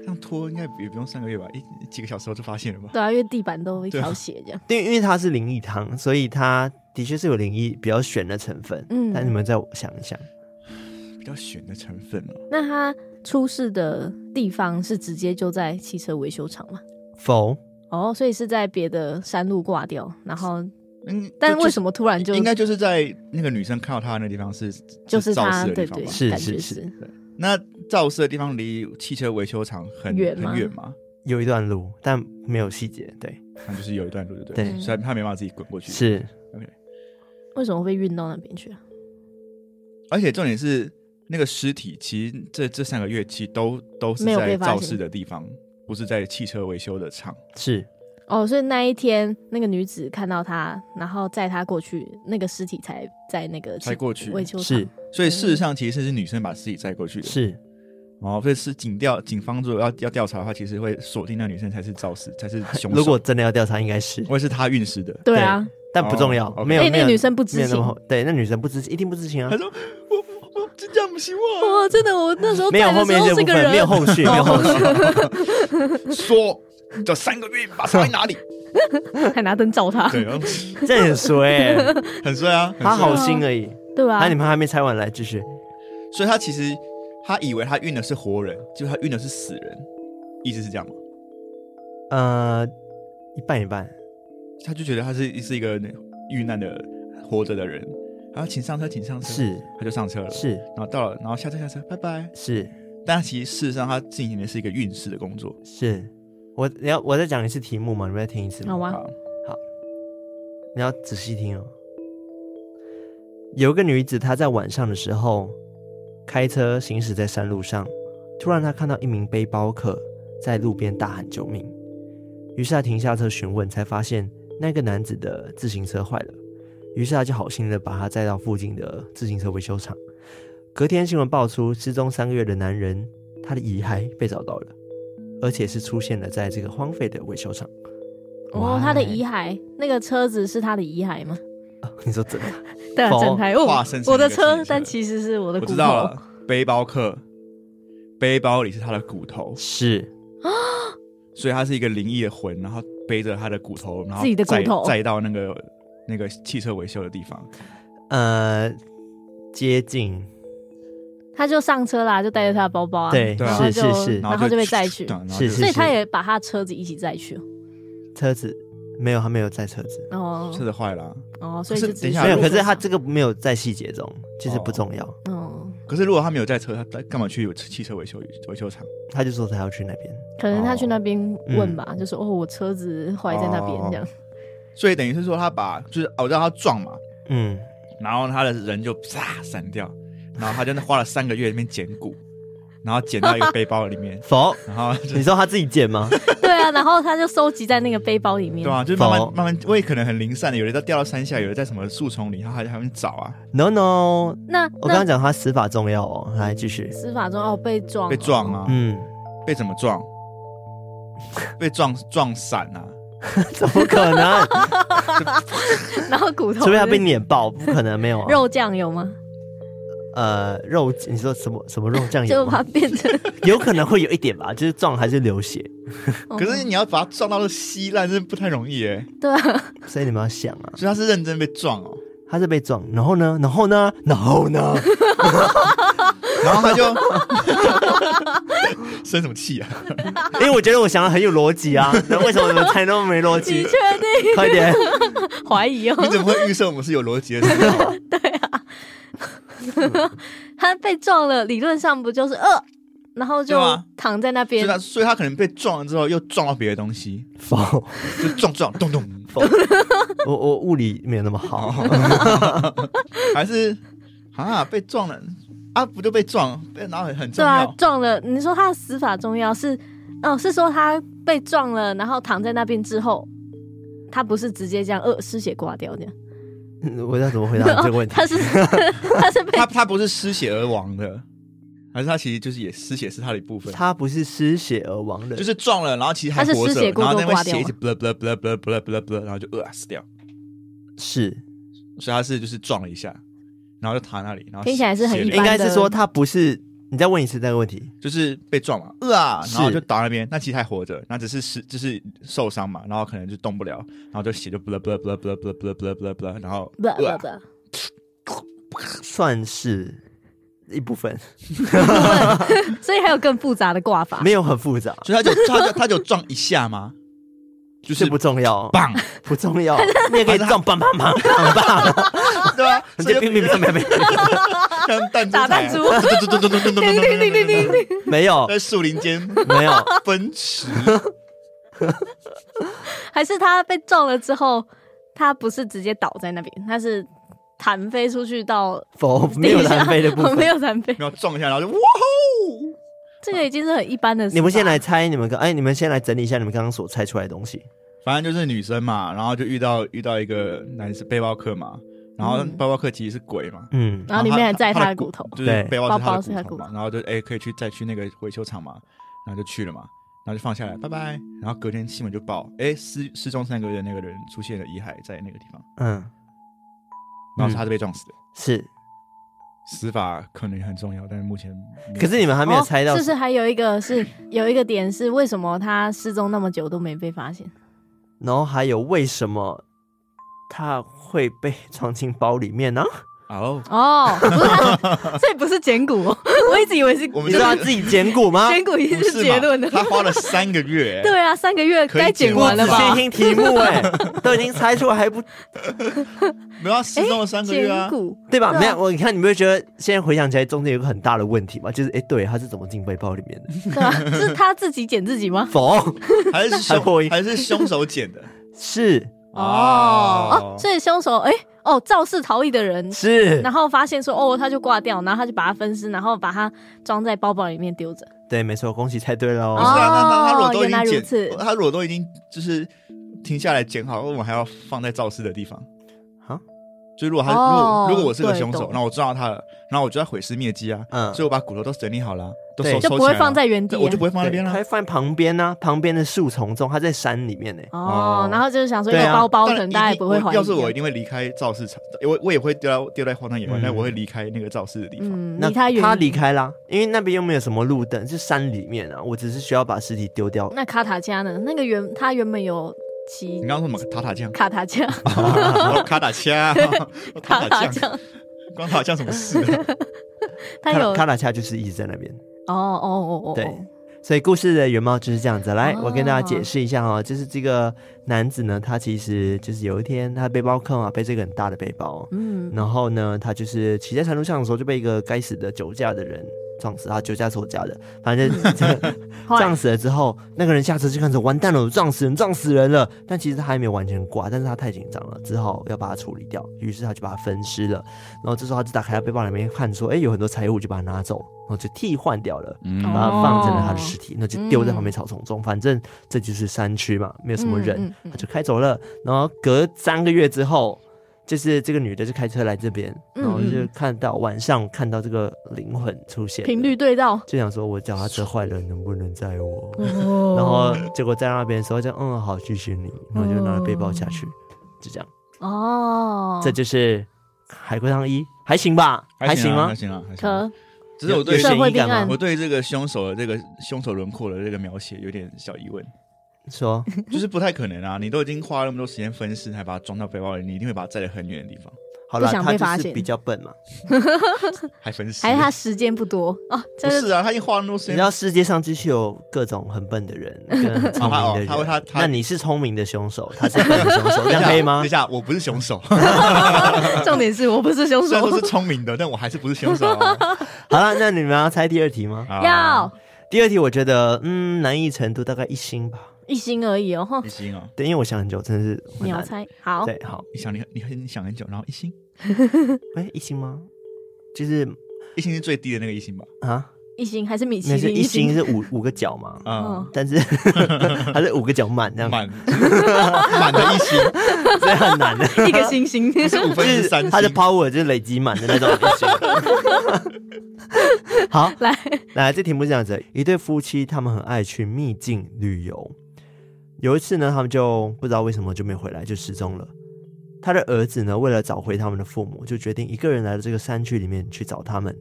Speaker 4: 这样拖应该也不用三个月吧，一几个小时后就发现了吧？
Speaker 2: 对啊，因为地板都有一
Speaker 3: 啊
Speaker 2: 条血这样。
Speaker 3: 因为因为它是灵异汤，所以它的确是有灵异比较玄的成分。
Speaker 2: 嗯
Speaker 3: 但你们再想一想，
Speaker 4: 比较悬的成分哦，
Speaker 2: 那他出事的地方是直接就在汽车维修厂嘛？
Speaker 3: 否
Speaker 2: 哦，所以是在别的山路挂掉，然后
Speaker 4: 嗯，
Speaker 2: 但为
Speaker 4: 么？
Speaker 2: 什么突然就
Speaker 4: 应该就是在那个女生看到他的那个地方是
Speaker 2: 就是
Speaker 4: 肇
Speaker 2: 他？
Speaker 4: 事的
Speaker 2: 对
Speaker 4: 地方
Speaker 2: 对，
Speaker 4: 吧？
Speaker 3: 是
Speaker 2: 感觉
Speaker 3: 是
Speaker 2: 是
Speaker 4: 那肇事的地方离汽车维修厂很
Speaker 2: 远吗
Speaker 4: 很远嘛，
Speaker 3: 有一段路，但没有细节。对，
Speaker 4: 那就是有一段路，对不
Speaker 3: 对
Speaker 4: 所以他没办法自己滚过去。
Speaker 3: 是
Speaker 2: 为什么会被运到那边去啊？
Speaker 4: 而且重点是，那个尸体其实这这三个月其实都都是
Speaker 2: 没有被
Speaker 4: 在
Speaker 2: 发现
Speaker 4: 肇事的地方，不是在汽车维修的厂。
Speaker 3: 是
Speaker 2: 哦，所以那一天那个女子看到他，然后载他过去，那个尸体才在那个
Speaker 4: 才过去
Speaker 2: 维修厂
Speaker 3: 是。
Speaker 4: 所以
Speaker 2: 嗯
Speaker 4: 事实上，其实是女生把尸体载过去的。
Speaker 3: 是
Speaker 4: 哦，所以是警调警方如果要要调查的话，其实会锁定那女生才是肇事，才是凶手。
Speaker 3: 如果真的要调查，应该是，
Speaker 2: 哦
Speaker 4: 我也是他运尸的，
Speaker 2: 对啊，
Speaker 3: 但不重要
Speaker 4: 哦，，OK
Speaker 3: 没有
Speaker 2: 哎
Speaker 3: 没
Speaker 2: 那
Speaker 3: 有
Speaker 2: 个女生不知
Speaker 3: 没有那么
Speaker 2: 情
Speaker 3: 后对，那女生不知情，一定不知情啊
Speaker 4: 他。说我我我真这样不行 (laughs) 啊，
Speaker 2: 哦，真的，我那时候
Speaker 3: 没有
Speaker 2: 载
Speaker 3: 后
Speaker 2: 的时
Speaker 3: 面
Speaker 2: 候
Speaker 3: 这
Speaker 2: 是
Speaker 3: 部
Speaker 2: 个
Speaker 3: 分，
Speaker 2: 人，哦
Speaker 3: 没有后续，没有后续。
Speaker 2: (laughs)
Speaker 4: 说这三个月把他在哪里？
Speaker 2: 还拿灯照他，
Speaker 4: 对，然后
Speaker 3: 这很衰、欸，
Speaker 4: 很帅啊，很帅
Speaker 3: 他好心而已。
Speaker 2: 对吧
Speaker 3: 那、？你们还没猜完，来继续。
Speaker 4: 所以他其实他以为他运的是活人，结果他运的是死人，意思是这样吗？
Speaker 3: 呃，一半一半，
Speaker 4: 他就觉得他是是一个遇难的活着的人，然后请上车，请上车，
Speaker 3: 是
Speaker 2: 嗯
Speaker 4: 他就上车了，，
Speaker 3: 是
Speaker 4: 然后到了，然后下车下车，拜拜。
Speaker 3: 是
Speaker 4: 但其实事实上他进行的是一个运势的工作，
Speaker 3: 是。我你要我再讲一次题目嘛，你们再听一次吗
Speaker 2: 好？啊，
Speaker 4: 好，
Speaker 3: 你要仔细听哦。有一个女子，她在晚上的时候开车行驶在山路上，突然他看到一名背包客在路边大喊救命，于是他停下车询问，才发现那个男子的自行车坏了，于是他就好心的把他载到附近的自行车维修厂。隔天新闻爆出失踪三个月的男人，他的遗骸被找到了，而且是出现了在这个荒废的维修厂。
Speaker 2: 哦，他的遗骸，那个车子是他的遗骸
Speaker 3: (laughs)
Speaker 2: 吗？
Speaker 3: 啊你说真的？
Speaker 2: 对啊，
Speaker 3: 否
Speaker 2: 整台
Speaker 4: 化
Speaker 2: 哦
Speaker 4: 身，成
Speaker 2: 我
Speaker 4: 一
Speaker 2: 的
Speaker 4: 个自行
Speaker 2: 车
Speaker 4: 车，
Speaker 2: 但其实是我的
Speaker 4: 我
Speaker 2: 骨头。
Speaker 4: 知道了，背包客，背包里是他的骨头，
Speaker 3: 是，
Speaker 4: 所以他是一个灵异的魂，然后背着他的骨头，然后
Speaker 2: 自己的骨
Speaker 4: 载
Speaker 2: 头
Speaker 4: 载到那个那个汽车维修的地方。
Speaker 3: 呃，接近，
Speaker 2: 他就上车啦，就带着他的包包啊，
Speaker 3: 对
Speaker 4: 对啊
Speaker 2: 然后
Speaker 3: 是
Speaker 2: 就是
Speaker 3: 是
Speaker 2: 然后就被载去
Speaker 4: 对，然后
Speaker 3: 是
Speaker 4: 就是
Speaker 2: 所以他也把他的车子一起载去哦
Speaker 3: 车子没有，他没有载车子，
Speaker 2: 哦
Speaker 4: 车子坏了啊。
Speaker 2: 哦，所以
Speaker 4: 可
Speaker 2: 就是只
Speaker 4: 等一下
Speaker 2: 路
Speaker 3: 没有。可是
Speaker 2: 上
Speaker 3: 他这个没有在细节中，其实不
Speaker 4: 哦
Speaker 3: 重要。
Speaker 2: 哦，
Speaker 4: 可是如果他没有载车，他干嘛去有汽车维修维修厂？
Speaker 3: 他就说他要去那边，
Speaker 2: 可能他去
Speaker 4: 哦
Speaker 2: 那边问吧，就说哦，我车子坏在那边
Speaker 4: 哦
Speaker 2: 这样，
Speaker 4: 所以等于是说他把就是哦，让他撞嘛，
Speaker 3: 嗯，，
Speaker 4: 然后他的人就啪散掉，然后他真的花了三个月里面捡骨，然后捡到一个背包里面
Speaker 3: (laughs) 否，
Speaker 4: 然后就
Speaker 3: 你说他自己捡吗？
Speaker 2: 对啊，然后他就收集在那个背包里面
Speaker 4: 对，啊，就是慢
Speaker 3: 否
Speaker 4: 慢慢慢，我也可能很零散的，有人在掉到山下，有人在什么树丛里，他还在那边找啊，
Speaker 3: No No，
Speaker 2: 那
Speaker 3: 我刚
Speaker 2: 那
Speaker 3: 刚讲他死法重要哦，来继
Speaker 2: (laughs)
Speaker 3: 续。
Speaker 2: 司法中哦被撞
Speaker 4: 被
Speaker 2: 了，
Speaker 4: 撞啊，
Speaker 3: 嗯，
Speaker 4: 被怎么撞？
Speaker 2: (laughs)
Speaker 4: 被撞撞散啊，
Speaker 3: 怎么可能？
Speaker 2: 然后骨头
Speaker 3: 除非他被
Speaker 2: 就是
Speaker 3: 碾爆，不可能没有、啊、
Speaker 2: 肉酱有吗？
Speaker 3: 呃肉，你说什么什么肉酱
Speaker 2: 就
Speaker 3: 油
Speaker 2: 把
Speaker 3: 吗？
Speaker 2: 它变成，
Speaker 3: (laughs) 有可能会有一点吧， (laughs) 就是撞还是流血，
Speaker 4: (laughs)
Speaker 2: 哦
Speaker 4: 可是你要把它撞到稀烂，真的不太容易哎，
Speaker 2: 哦对啊，
Speaker 3: 所以你们要想啊，
Speaker 4: 所以他是认真被撞哦，
Speaker 3: 他是被撞，然后呢，然后呢，然后呢，
Speaker 4: 然后他就 (laughs) 生什么气啊？
Speaker 3: (laughs) 因为我觉得我想的很有逻辑啊，那为什么你们猜那么没逻
Speaker 2: 你
Speaker 3: 辑
Speaker 2: (laughs) 确？定？
Speaker 3: 快点，
Speaker 2: 怀疑哦，
Speaker 4: 你 (laughs) 怎么会预设我们是有逻辑的思考啊？
Speaker 2: 他被撞了，理论上不就是呃，然后就
Speaker 4: 对啊
Speaker 2: 躺在那
Speaker 4: 所
Speaker 2: 边
Speaker 4: 以，他，所以他可能被撞了之后，又撞到别的东西，
Speaker 3: 否，
Speaker 4: 就撞撞咚咚，
Speaker 3: (laughs) 我我物理没有那么好，
Speaker 4: 还是啊被撞了啊，不就被撞，被然后很很重
Speaker 2: 对啊
Speaker 4: 要，，
Speaker 2: 撞了。你说他的死法重要是，哦，是说他被撞了，然后躺在那边之后，他不是直接这样呃失血挂掉这样，
Speaker 3: 嗯我要怎么回答你这个问 (laughs) 题
Speaker 2: (laughs) 他？是他是
Speaker 3: (laughs)
Speaker 2: 被
Speaker 4: 他他不是失血而亡的，还是他其实就是也失血是他的一部分。
Speaker 3: 他不是失血而亡的，
Speaker 4: 就是撞了，然后其实还
Speaker 2: 他是
Speaker 4: 活
Speaker 2: 失
Speaker 4: 着，
Speaker 2: 血过
Speaker 4: 然后
Speaker 2: 多
Speaker 4: 那边
Speaker 2: 挂掉
Speaker 4: 血一直
Speaker 2: 吗
Speaker 4: blah blah blah blah blah blah blah，然后就呃死掉。
Speaker 3: 是
Speaker 4: 所以他是就是撞了一下，然后就躺在那里，然后
Speaker 2: 听起来是很
Speaker 4: 血
Speaker 2: 一
Speaker 4: 流
Speaker 2: 般
Speaker 3: 应该
Speaker 2: 的
Speaker 3: 是说他不是。你再问一次这个问题，
Speaker 4: 就是被撞嘛，呃啊，
Speaker 3: 是
Speaker 4: 然后就倒在那边，那其实还活着，那只是是就是受伤嘛，然后可能就动不了，然后就血就 blah blah blah blah blah blah blah blah blah，然后
Speaker 2: 不
Speaker 4: 呃啊
Speaker 2: 不不，
Speaker 3: 算是一部分，
Speaker 2: 所以还有更复杂的挂法。
Speaker 3: 没有很复杂，
Speaker 4: 所以他就他就他就撞一下吗？就
Speaker 3: 就是是不重要， (laughs)
Speaker 4: 棒，
Speaker 3: 不重要， (laughs) 你也可以撞棒棒 (laughs) 棒棒棒，
Speaker 4: 对吧？所
Speaker 3: 就
Speaker 4: 以就
Speaker 3: 乒乒乒乒乒，
Speaker 4: 像弹珠
Speaker 2: 打弹
Speaker 4: 台
Speaker 2: 珠，
Speaker 4: 咚咚咚咚咚咚咚
Speaker 2: 叮叮叮叮
Speaker 4: 咚
Speaker 2: 叮
Speaker 4: 咚，
Speaker 2: 叮，
Speaker 3: (laughs)
Speaker 2: (laughs)
Speaker 3: 没有 (laughs)
Speaker 4: 在树林间
Speaker 3: 没有，
Speaker 4: 奔驰，
Speaker 2: 还是他被撞了之后，他不是直接倒在那边，他是弹飞出去到
Speaker 3: 否
Speaker 2: 地
Speaker 3: 没有
Speaker 2: 下
Speaker 3: 南非的部
Speaker 2: (laughs)
Speaker 3: (laughs)
Speaker 2: 没
Speaker 3: 分。
Speaker 2: 有弹飞，
Speaker 4: 然后撞一下，然后就哇吼！
Speaker 2: 这个已经是很一般的死法。
Speaker 3: 你们先来猜，你们刚哎，你们先来整理一下你们刚刚所猜出来的东西。
Speaker 4: 反正就是女生嘛，然后就遇到遇到一个男生背包客嘛，然后
Speaker 2: 嗯
Speaker 4: 背包客其实是鬼嘛，
Speaker 3: 嗯，
Speaker 2: 然后里面还载
Speaker 4: 他
Speaker 2: 他
Speaker 4: 的
Speaker 2: 的骨头，
Speaker 4: 就是
Speaker 3: 对
Speaker 4: 背包是
Speaker 2: 包
Speaker 4: 他
Speaker 2: 包是
Speaker 4: 的
Speaker 2: 他
Speaker 4: 骨头
Speaker 2: 骨
Speaker 4: 嘛，然后就哎、可以去再去那个维修厂嘛，然后就去了嘛，然后就放下来，拜拜。然后隔天新闻就报，哎、失失踪三个月的那个人出现了遗骸在那个地方，
Speaker 3: 嗯，
Speaker 4: 然后他是被撞死的。
Speaker 3: 是。
Speaker 4: 死法可能也很重要，但是目前没有
Speaker 3: 可是你们还没有猜到
Speaker 2: 哦，是不是还有一个
Speaker 4: (laughs)
Speaker 2: 是有一个点是为什么他失踪那么久都没被发现？
Speaker 3: 然后还有为什么他会被装进包里面呢？
Speaker 4: 哦，
Speaker 2: 哦，不是他，所以不是捡骨哦， (laughs) 我一直以为是
Speaker 4: 我们啊
Speaker 3: 你说他自己捡骨吗？
Speaker 2: 捡骨已经
Speaker 4: 不
Speaker 2: 是 (laughs)
Speaker 4: 是
Speaker 2: 结
Speaker 4: 嘛
Speaker 2: 论了。
Speaker 4: 他花了三个
Speaker 2: (laughs)
Speaker 4: 月、
Speaker 2: 对啊，三个月
Speaker 4: 可以
Speaker 2: 该捡
Speaker 4: 捡
Speaker 2: 完了
Speaker 3: 仔细
Speaker 2: 吧？
Speaker 3: 听题目，哎，
Speaker 2: (laughs)
Speaker 3: 都已经猜出来还不
Speaker 4: 没有他失踪了三个月
Speaker 2: 捡
Speaker 4: 啊，
Speaker 2: 骨，
Speaker 3: 对吧？
Speaker 2: 对啊
Speaker 3: 没有，我你看，你们会觉得现在回想起来，中间有个很大的问题嘛，就是哎，对，他是怎么进背包里面的？
Speaker 2: 对
Speaker 4: 啊
Speaker 2: 吧？是他自己捡自己吗？
Speaker 3: 否，
Speaker 4: (laughs) 还是
Speaker 3: 还破
Speaker 4: 凶
Speaker 3: 音
Speaker 4: 还是凶手捡的
Speaker 3: 是
Speaker 2: 哦
Speaker 4: 哦
Speaker 2: 哦哦，所以凶手哎哦，肇事逃逸的人，
Speaker 3: 是
Speaker 2: 然，后发现说哦，他就挂掉，然后他就把它分尸，然后把它装在包包里面丢着。
Speaker 3: 对，没错，恭喜猜对喽。
Speaker 4: 不是
Speaker 2: 哦
Speaker 4: 啊，那那他如果都已
Speaker 2: 原来如
Speaker 4: 经
Speaker 2: 此
Speaker 4: 剪，他如果都已经就是停下来剪好，为什么还要放在肇事的地方？
Speaker 3: 啊，
Speaker 4: 就如果他、
Speaker 2: 哦
Speaker 4: 如果如果我是个
Speaker 2: 对
Speaker 4: 凶手，
Speaker 2: 懂
Speaker 4: 那我抓到他了，然后我就要毁尸灭迹啊，
Speaker 3: 嗯
Speaker 4: 所以我把骨头都整理好了啊，都
Speaker 3: 对
Speaker 4: 收
Speaker 2: 就
Speaker 4: 收
Speaker 2: 不
Speaker 4: 起来
Speaker 2: 会
Speaker 4: 了
Speaker 2: 放在原地、
Speaker 4: 对
Speaker 2: 啊，
Speaker 4: 我就不会放在那边
Speaker 3: 它
Speaker 4: 了。
Speaker 3: 会放在旁边呢、旁边的树丛中，它在山里面呢、
Speaker 2: 哦
Speaker 4: 哦，
Speaker 2: 然后就是想说，一
Speaker 3: 对
Speaker 2: 个
Speaker 3: 啊
Speaker 2: 包包可
Speaker 4: 当然
Speaker 2: 能大家也
Speaker 4: 一定
Speaker 2: 不会
Speaker 4: 我
Speaker 2: 怀疑。
Speaker 4: 要是我一定会离开肇事场，我我也会丢到丢在荒诞野外，
Speaker 3: 嗯
Speaker 4: 但我会离开那个肇事的地方。
Speaker 2: 嗯，
Speaker 3: 那
Speaker 2: 离他远一点，
Speaker 3: 他离开啦，因为那边又没有什么路灯，就山里面啊。我只是需要把尸体丢掉。
Speaker 2: 那卡塔加呢？那个原他原本有骑，
Speaker 3: 嗯
Speaker 4: 你刚刚说什么？塔塔
Speaker 2: (laughs)
Speaker 4: 酱
Speaker 2: 卡
Speaker 3: (laughs)
Speaker 2: 塔加，
Speaker 4: 哦卡塔酱， (laughs)
Speaker 2: 卡塔
Speaker 4: 卡塔
Speaker 2: 加
Speaker 4: 酱，，关塔酱什么事啊？
Speaker 2: 他
Speaker 3: 卡
Speaker 2: 有
Speaker 3: 拉
Speaker 2: 哦
Speaker 3: 卡拉恰就是一直在那边。
Speaker 2: 哦哦哦，
Speaker 3: 对所以故事的原貌就是这样子。来，
Speaker 2: 哦
Speaker 3: 我跟大家解释一下哦，就是这个男子呢，他其实就是有一天他的背包客啊，背这个很大的背包，
Speaker 2: 嗯，
Speaker 3: 然后呢，他就是骑在山路上的时候就被一个该死的酒驾的人撞死，他酒驾是我驾的，反
Speaker 2: (laughs)
Speaker 3: 正就嗯这个
Speaker 2: 后来
Speaker 3: 撞死了之后，那个人下车就看着完蛋了，我撞死人，撞死人了。但其实他还没有完全挂，但是他太紧张了，只好要把它处理掉，于是他就把它分尸了。然后这时候他就打开他背包里面看，说，哎，有很多财物，就把它拿走，然后就替换掉了。
Speaker 4: 嗯
Speaker 2: 哦
Speaker 3: 把它放成了他的尸体，那就丢在旁边草丛中。反正这就是山区嘛，没有什么人，
Speaker 2: 嗯嗯嗯
Speaker 3: 他就开走了。然后隔三个月之后，就是这个女的就开车来这边，
Speaker 2: 嗯
Speaker 3: 然后就看到晚上看到这个灵魂出现，
Speaker 2: 频率对到，
Speaker 3: 就想说我脚踏
Speaker 2: (laughs)
Speaker 3: 车坏了，能不能载我？
Speaker 2: 哦
Speaker 3: (laughs) 然后结果在那边的时候就嗯好，谢谢你，然后就拿了背包下去，
Speaker 2: 嗯
Speaker 3: 就这样。
Speaker 2: 哦，
Speaker 3: 这就是海龟汤一，还行吧？还行
Speaker 4: 啊
Speaker 3: 吗
Speaker 4: 还？行啊，还行啊。
Speaker 2: 哦可
Speaker 4: 只是我
Speaker 3: 有
Speaker 4: 对
Speaker 3: 有
Speaker 2: 社
Speaker 3: 嫌
Speaker 2: 会
Speaker 3: 疑感
Speaker 2: 命案
Speaker 3: 吗
Speaker 4: 我对这个凶手的这个凶手轮廓的这个描写有点小疑
Speaker 3: (laughs)
Speaker 4: 问，
Speaker 2: (laughs)
Speaker 3: 说
Speaker 4: 就是不太可能啊！你都已经花了那么多时间分尸，还把它装到背包里，你一定会把它载得很远的地方，
Speaker 3: 好了，
Speaker 2: 不想被
Speaker 3: 他
Speaker 2: 发
Speaker 3: 就是
Speaker 2: 现
Speaker 3: 比较笨嘛。
Speaker 4: 还分尸？
Speaker 2: 还是他时间不多哦，
Speaker 4: (laughs) 不
Speaker 2: 这是
Speaker 4: 是啊，他已经花了那么多时
Speaker 3: 你
Speaker 4: 间
Speaker 3: 知，道世界上就是有各种很笨的
Speaker 2: (laughs)
Speaker 3: 人跟很聪明的人，
Speaker 4: 哦他会他他
Speaker 3: 那你是聪明的凶手，他是笨的凶
Speaker 4: (laughs)
Speaker 3: 手，这样可以吗
Speaker 4: 等一？下，我不是
Speaker 3: (laughs)
Speaker 4: 凶手，
Speaker 2: 重点是我 (laughs) 不是凶
Speaker 4: 虽然
Speaker 2: 手
Speaker 4: 说，是聪明的，但我还是不是凶手啊。
Speaker 3: (laughs) 好了，那你们要猜第二题吗？
Speaker 4: 啊
Speaker 2: 要
Speaker 3: 第二题我觉得，嗯，难易程度大概一星吧。
Speaker 2: 一心而已哦，哼
Speaker 3: (laughs)
Speaker 4: 一星哦，
Speaker 3: 对，因为我想很久，真的是很
Speaker 2: 秒
Speaker 3: 难。
Speaker 2: 猜好，
Speaker 3: 对，好，
Speaker 4: 你想你你很你想很久，然后一星，
Speaker 3: 哎，一星吗？就是
Speaker 4: 一星是最低的那个一星吧？
Speaker 3: 啊，
Speaker 2: 一心还是米其
Speaker 3: 那是
Speaker 2: 林
Speaker 3: 一星
Speaker 2: 星，
Speaker 3: 是五五个角嘛，
Speaker 4: 啊
Speaker 2: 嗯，，
Speaker 3: 但是 (laughs) 还是五个角满这样，
Speaker 4: 满 (laughs) 满的一星，
Speaker 3: (laughs) 所以很难的。
Speaker 2: (laughs) 一个
Speaker 3: (laughs)
Speaker 2: 星星，
Speaker 4: 是五
Speaker 3: 就
Speaker 4: 分之
Speaker 3: 是
Speaker 4: 三
Speaker 3: 它的
Speaker 4: 星。
Speaker 3: power 就是累积满的
Speaker 4: (laughs)
Speaker 3: 那种 (laughs) 一星。好，
Speaker 2: 来，
Speaker 3: 来，这题目是这样子：一对夫妻，他们很爱去秘境旅游。有一次呢，他们就不知道为什么就没回来，就失踪了。他的儿子呢，为了找回他们的父母，就决定一个人来到这个山区里面去找他们。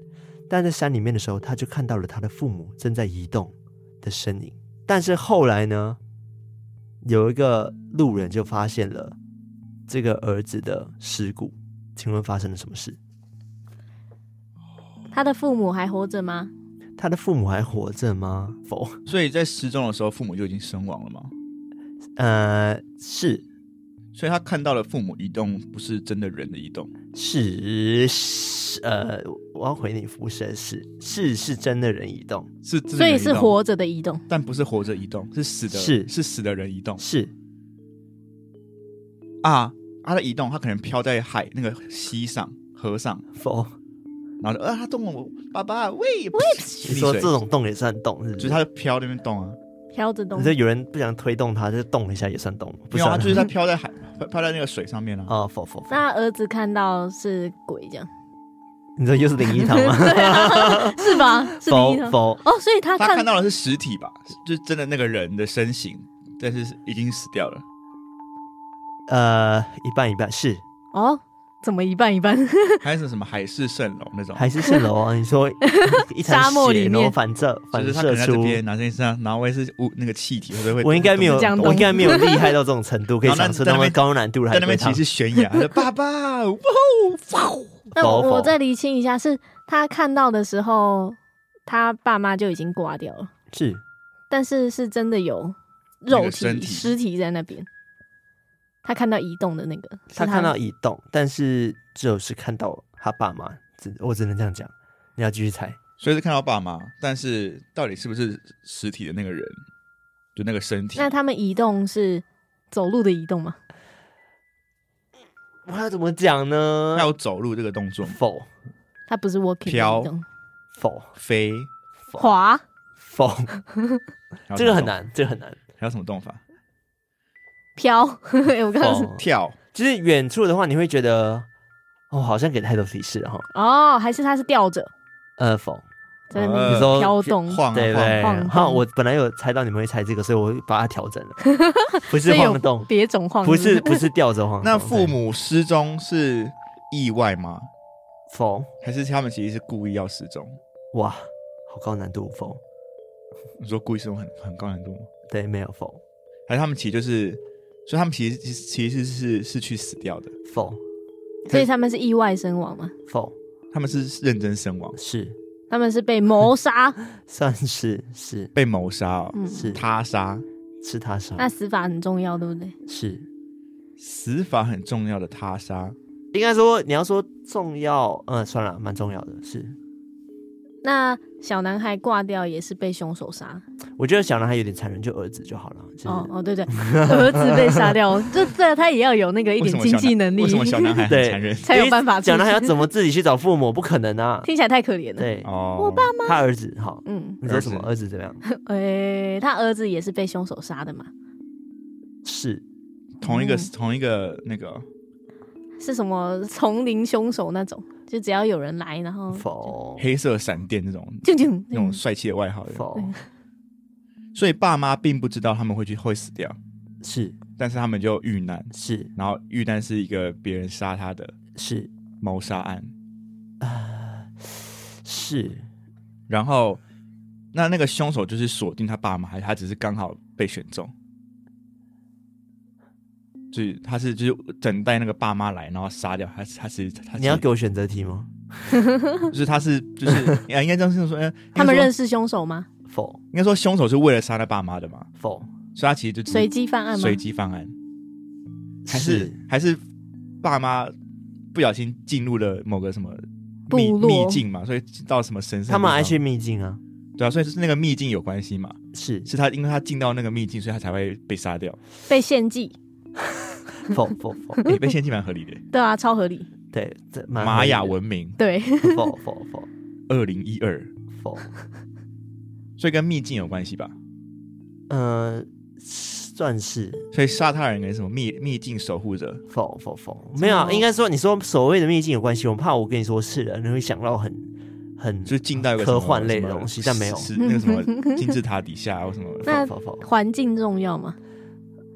Speaker 3: 但在山里面的时候，他就看到了他的父母正在移动的身影。但是后来呢，有一个路人就发现了这个儿子的尸骨。请问发生了什么事？
Speaker 2: 他的父母还活着吗？
Speaker 3: 他的父母还活着吗？否，
Speaker 4: 所以在失踪的时候，父母就已经身亡了嘛？
Speaker 3: 呃，是
Speaker 4: 所以他看到了父母移动，不是真的人的移动。
Speaker 3: 是是呃，我要回你辐射是是是真的人移动，
Speaker 4: 是自己
Speaker 2: 所
Speaker 4: 人移
Speaker 2: 以
Speaker 4: 动
Speaker 2: 是，活着的移动，
Speaker 4: 但不是活着移动，是死的，
Speaker 3: 是
Speaker 4: 是死的人移动
Speaker 3: 是
Speaker 4: 啊！他的移动，他可能飘在海那个溪上、河上，
Speaker 3: 否？
Speaker 4: 然后就啊，他动了我，爸爸喂喂，
Speaker 3: 你
Speaker 4: 你
Speaker 3: 说这种动也算动是不
Speaker 4: 就是
Speaker 3: 是？
Speaker 4: 他飘在那边动啊，
Speaker 2: 飘着动
Speaker 3: 你说。有人不想推动他，就动一下也算动，不
Speaker 4: 没有啊，
Speaker 3: 算
Speaker 4: 就是他飘在海，飘飘在那个水上面啊。
Speaker 3: 啊否否否？
Speaker 2: 那他儿子看到是鬼
Speaker 3: (laughs)
Speaker 2: 这样，
Speaker 3: 你说又是林一堂
Speaker 4: (laughs)
Speaker 3: 吗？
Speaker 4: 啊
Speaker 2: 是吧？是
Speaker 3: 否
Speaker 2: 灵异吗？
Speaker 3: 否？
Speaker 2: 哦，所以 (laughs) 他
Speaker 4: 他看
Speaker 2: 看
Speaker 4: 到的是实体吧，就是真的那个人的身形，但是已经死掉了。
Speaker 3: 呃，一半一半是
Speaker 2: 哦，怎么一半一
Speaker 3: (laughs)
Speaker 2: 半？
Speaker 4: 还是什么海市蜃楼那种，
Speaker 3: 还是蜃楼啊？你说一滩
Speaker 2: 沙漠里
Speaker 3: 血，然后
Speaker 2: 面
Speaker 3: 反射
Speaker 4: 就
Speaker 3: 反
Speaker 4: 是他
Speaker 3: 射
Speaker 4: 可能在这
Speaker 3: 出，
Speaker 4: 边，然后在身上，然后会是雾那个气体，会不会？
Speaker 3: 我应该没有
Speaker 2: 这样，动
Speaker 3: 我应该没有厉害到这种程度，可以
Speaker 4: 然后那
Speaker 3: 想出
Speaker 4: 在
Speaker 3: 那
Speaker 4: 那
Speaker 3: 么
Speaker 4: 边
Speaker 3: 高难度的海
Speaker 4: 在 (laughs) 那
Speaker 3: 龟
Speaker 4: 边其
Speaker 3: 汤
Speaker 4: 实。是悬崖，他说爸爸，
Speaker 3: (laughs)
Speaker 4: 哇哦，
Speaker 2: 那
Speaker 3: 否
Speaker 2: 我
Speaker 3: 否
Speaker 2: 再厘清一下，是他看到的时候，他爸妈就已经挂掉了，
Speaker 3: 是
Speaker 2: 但是是真的有
Speaker 4: 那个
Speaker 2: 肉体
Speaker 4: 身、体
Speaker 2: 尸体在那边。他看到移动的那个，是
Speaker 3: 他看到移动，但是就是看到他爸妈，只我只能这样讲。你要继续猜，
Speaker 4: 所以是看到爸妈，但是到底是不是实体的那个人，就那个身体
Speaker 2: 那，他们移动是走路的移动吗？
Speaker 3: 我要怎么讲呢
Speaker 4: 还？有走路这个动作，
Speaker 3: 否
Speaker 2: 它不是 walking
Speaker 4: 飘
Speaker 2: 那种
Speaker 3: 否
Speaker 4: 飞，
Speaker 2: 滑
Speaker 3: 否，
Speaker 4: 还有
Speaker 3: 这个
Speaker 4: 什么
Speaker 3: 很
Speaker 4: 动，
Speaker 3: 难，这个很难。
Speaker 4: 还有什么动法？
Speaker 2: 飘， (laughs) 哎我刚刚是
Speaker 3: 否
Speaker 4: 跳，
Speaker 3: 就是远处的话，你会觉得哦，好像给太多提示了哈。
Speaker 2: 哦，还是它是吊着
Speaker 3: 呃，否，
Speaker 2: 在那
Speaker 4: 呃
Speaker 3: 哦你
Speaker 2: 边
Speaker 3: 说
Speaker 2: 飘动，
Speaker 4: 晃啊
Speaker 3: 对
Speaker 4: 晃
Speaker 3: 对
Speaker 4: 啊，
Speaker 2: 晃
Speaker 3: 哈，
Speaker 2: 动
Speaker 3: 我本来有猜到你们会猜这个，所以我把它调整了，不是
Speaker 2: 所以有
Speaker 3: 晃动，
Speaker 2: 别种晃，
Speaker 3: 不是不是吊着晃动。
Speaker 4: (laughs) 那父母失踪是意外吗？
Speaker 3: 对否
Speaker 4: 还是他们其实是故意要失踪？
Speaker 3: 哇，好高难度否？
Speaker 4: 你说故意失踪很很高难度吗？
Speaker 3: 对，没有否
Speaker 4: 还是他们其实就是，所以他们其实其实其实是是去死掉的，
Speaker 3: 否
Speaker 2: 所以他们是意外身亡嘛？
Speaker 3: 否
Speaker 4: 他们是认真身亡，
Speaker 3: 是
Speaker 2: 他们是被谋
Speaker 4: (laughs)
Speaker 2: 杀，
Speaker 3: 算是是
Speaker 4: 被谋杀哦，
Speaker 2: 嗯，
Speaker 3: 是
Speaker 4: 他杀，
Speaker 3: 是他杀
Speaker 2: 那死法很重要，对不对？
Speaker 3: 是。
Speaker 4: 死法很重要的他杀，
Speaker 3: 应该说，你要说重要，嗯，算了，蛮重要的。是，
Speaker 2: 那小男孩挂掉也是被凶手杀，
Speaker 3: 我觉得小男孩有点残忍，就儿子就好了。就是、
Speaker 2: 哦哦，对对，儿子被杀
Speaker 4: (laughs)
Speaker 2: 掉，这这他也要有那个一
Speaker 4: 为
Speaker 2: 点
Speaker 4: 什么
Speaker 2: 经
Speaker 4: 小
Speaker 2: 济能
Speaker 4: 男
Speaker 2: 力
Speaker 4: 为，什么小男孩很
Speaker 3: 对
Speaker 2: (laughs)
Speaker 4: 残忍？
Speaker 2: 才有办法出去
Speaker 3: 小男孩要怎么自己去找父母？不可能
Speaker 2: (laughs)
Speaker 3: 啊！
Speaker 2: 听起来太可怜了。
Speaker 3: 对，
Speaker 4: 哦，
Speaker 2: 我爸
Speaker 3: 他儿子好，
Speaker 2: 嗯，
Speaker 3: 你说什么？
Speaker 4: 儿
Speaker 3: 儿子怎
Speaker 2: (laughs)
Speaker 3: 么样？
Speaker 2: 诶、他儿子也是被凶手杀的嘛？
Speaker 3: 是
Speaker 4: 同一个
Speaker 2: 嗯
Speaker 4: 同一个那个
Speaker 2: 是什么丛林凶手那种？就只要有人来，然后
Speaker 3: 否
Speaker 4: 黑色闪电那种
Speaker 2: 就嗯就
Speaker 4: 那种帅气的外号的，
Speaker 3: 否
Speaker 2: (laughs)
Speaker 4: 所以爸妈并不知道他们会去会死掉，
Speaker 3: 是
Speaker 4: 但是他们就遇难，
Speaker 3: 是
Speaker 4: 然后遇难是一个别人杀他的
Speaker 3: 是呃
Speaker 4: 谋杀案，
Speaker 3: 是
Speaker 4: 然后那那个凶手就是锁定他爸妈，还是他只是刚好被选中？就是他是就是等待那个爸妈来，然后杀掉他，他是他
Speaker 2: (laughs)
Speaker 4: 是
Speaker 3: 你要给我选择题吗？
Speaker 4: 就是他是就是啊，应该这样说，嗯，
Speaker 2: (laughs) 他们认
Speaker 4: 识
Speaker 2: 识凶手吗？
Speaker 3: 否
Speaker 4: 应该说凶手是为了杀他爸妈的嘛，
Speaker 3: 否
Speaker 4: 所以他其实就只是
Speaker 2: 随机犯案吗？
Speaker 4: 随机犯案，还是还是爸妈不小心进入了某个什么秘
Speaker 2: 部落
Speaker 4: 秘境嘛，所以到什么神圣
Speaker 3: 他们
Speaker 4: 地
Speaker 3: 爱
Speaker 4: 方
Speaker 3: 去秘境啊？
Speaker 4: 对啊，所以是那个秘境有关系嘛，
Speaker 3: 是
Speaker 4: 是他因为他进到那个秘境，所以他才会被杀掉。
Speaker 2: 被献祭，
Speaker 3: 否否否
Speaker 4: 诶被献祭蛮合理的。
Speaker 2: 对啊，超合理。
Speaker 3: 对，这蛮合
Speaker 4: 玛
Speaker 3: 理
Speaker 4: 雅
Speaker 3: 的
Speaker 4: 文明
Speaker 2: 对，。
Speaker 3: 否否否
Speaker 4: 二零一二，
Speaker 3: 否
Speaker 4: 所以跟秘境有关系吧？
Speaker 3: 呃，算是
Speaker 4: 所以杀他的人跟什么秘秘境守护者？
Speaker 3: 否否否，没有啊，应该说你说所谓的秘境有关系，我怕我跟你说是了，你会想到很很
Speaker 4: 就是进到一个
Speaker 3: 科
Speaker 4: 什么
Speaker 3: 幻类
Speaker 4: 什么
Speaker 3: 的东西但没有
Speaker 4: 是那个什么金字塔底下或什
Speaker 3: (laughs)
Speaker 4: 么
Speaker 2: 那
Speaker 3: 否否否
Speaker 2: 环境重要吗？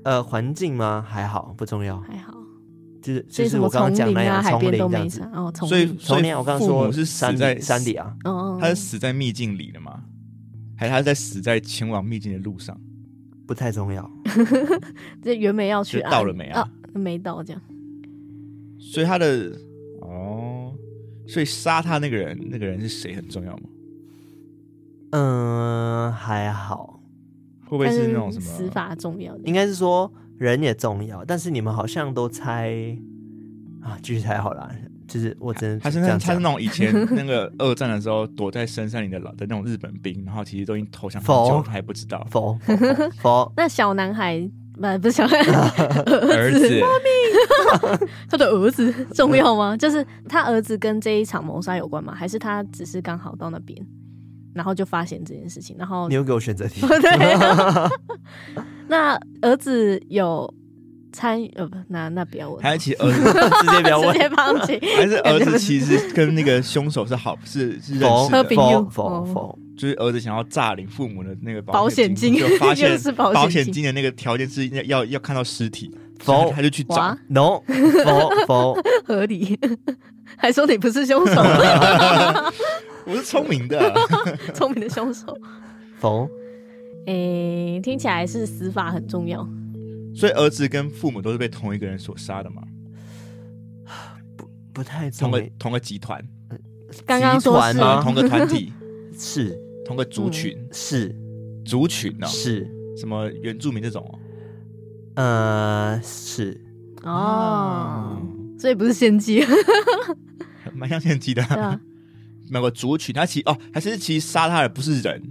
Speaker 3: 呃环境吗？还好，不重要，
Speaker 2: 还好，
Speaker 3: 就是
Speaker 2: 所
Speaker 3: 就
Speaker 2: 以什
Speaker 3: 是
Speaker 2: 么
Speaker 3: 我刚刚
Speaker 2: 丛
Speaker 3: 讲
Speaker 2: 林
Speaker 3: 那
Speaker 2: 啊、
Speaker 3: 样
Speaker 2: 海
Speaker 3: 丛
Speaker 2: 边
Speaker 3: 林
Speaker 2: 都
Speaker 3: 这样
Speaker 2: 没
Speaker 3: 子
Speaker 2: 啥。。哦，丛
Speaker 4: 所以
Speaker 2: 林，
Speaker 4: 所
Speaker 3: 丛
Speaker 4: 以
Speaker 3: 林啊，我刚刚
Speaker 4: 父
Speaker 3: 说
Speaker 4: 母是
Speaker 3: 山
Speaker 4: 死
Speaker 3: 底
Speaker 4: 在
Speaker 3: 山底啊，
Speaker 2: 哦，
Speaker 4: 他是死在秘境里了吗？还是他在死在前往秘境的路上？
Speaker 3: 不太重要。
Speaker 2: 这原本要去
Speaker 4: 就
Speaker 2: 啊
Speaker 4: 到了没啊？
Speaker 2: 没到这样。
Speaker 4: 所以他的哦，所以杀他那个人，那个人是谁很重要吗？
Speaker 3: 嗯，还好，
Speaker 4: 会不会
Speaker 2: 但
Speaker 4: 是那种什么
Speaker 2: 死法重要的
Speaker 3: 应？该是说人也重要，但是你们好像都猜啊，继续猜好了。就是我只能
Speaker 4: 他是
Speaker 3: 这
Speaker 4: 那
Speaker 3: 样
Speaker 4: 他是
Speaker 3: 讲
Speaker 4: 那种以前那个二战的时候躲在深山里的老的那种日本兵，然后其实都已经投降很久
Speaker 3: 否
Speaker 4: 了，他还不知道。
Speaker 3: 否否否否
Speaker 2: 那小男孩不不是
Speaker 4: (laughs)
Speaker 2: 小男孩，
Speaker 4: 儿子，
Speaker 2: 他的儿子重要吗？就是他儿子跟这一场谋杀有关吗？还是他只是刚好到那边，然后就发现这件事情？然后，
Speaker 3: 你又给我选择题 (laughs)
Speaker 2: (laughs) 对，啊那儿子有参与？呃，不，那那不要问，
Speaker 4: 还是其实儿子，
Speaker 3: 直接不要问
Speaker 2: (laughs) 直。接放弃。
Speaker 4: (laughs) 还是
Speaker 2: (laughs)
Speaker 4: 儿子其实跟那个凶手是好是是认
Speaker 3: 否
Speaker 4: 识
Speaker 2: 和
Speaker 4: 的
Speaker 2: 平，
Speaker 3: 否
Speaker 2: 用
Speaker 3: 否
Speaker 2: 哦
Speaker 3: 否
Speaker 4: 就是儿子想要诈领父母的那个
Speaker 2: 保险
Speaker 4: 金，
Speaker 2: 金
Speaker 4: 就
Speaker 2: (laughs)
Speaker 4: 发
Speaker 2: 又
Speaker 4: 现
Speaker 2: 是保险金
Speaker 4: 保险金的那个条件是要要看到尸体，所以
Speaker 3: 否
Speaker 4: 他就去找
Speaker 2: 哇，
Speaker 3: no 否否 (laughs)
Speaker 2: 合理， (laughs) 还说你不是凶 (laughs) 手，
Speaker 4: 我是聪明的， (laughs)
Speaker 2: 聪明的凶手。
Speaker 3: 否
Speaker 2: (laughs) 诶、听起来是死法很重要。
Speaker 4: 所以儿子跟父母都是被同一个人所杀的嘛，
Speaker 3: 不太
Speaker 4: 同
Speaker 3: 重
Speaker 4: 个同个集团，
Speaker 2: 刚刚说
Speaker 3: 集团
Speaker 2: 是
Speaker 3: 吗啊
Speaker 4: 同个团体，
Speaker 3: 是
Speaker 4: 同个族群，
Speaker 3: 是
Speaker 4: 族群哦呢，
Speaker 3: 是
Speaker 4: 什么原住民这种哦，
Speaker 3: 呃是
Speaker 2: 哦，所以不是先 (laughs) 机，
Speaker 4: 嗯蛮像献祭的。
Speaker 2: 对
Speaker 4: (laughs)
Speaker 2: 啊，
Speaker 4: 某个族群，他其哦，还是其实杀他的不是人，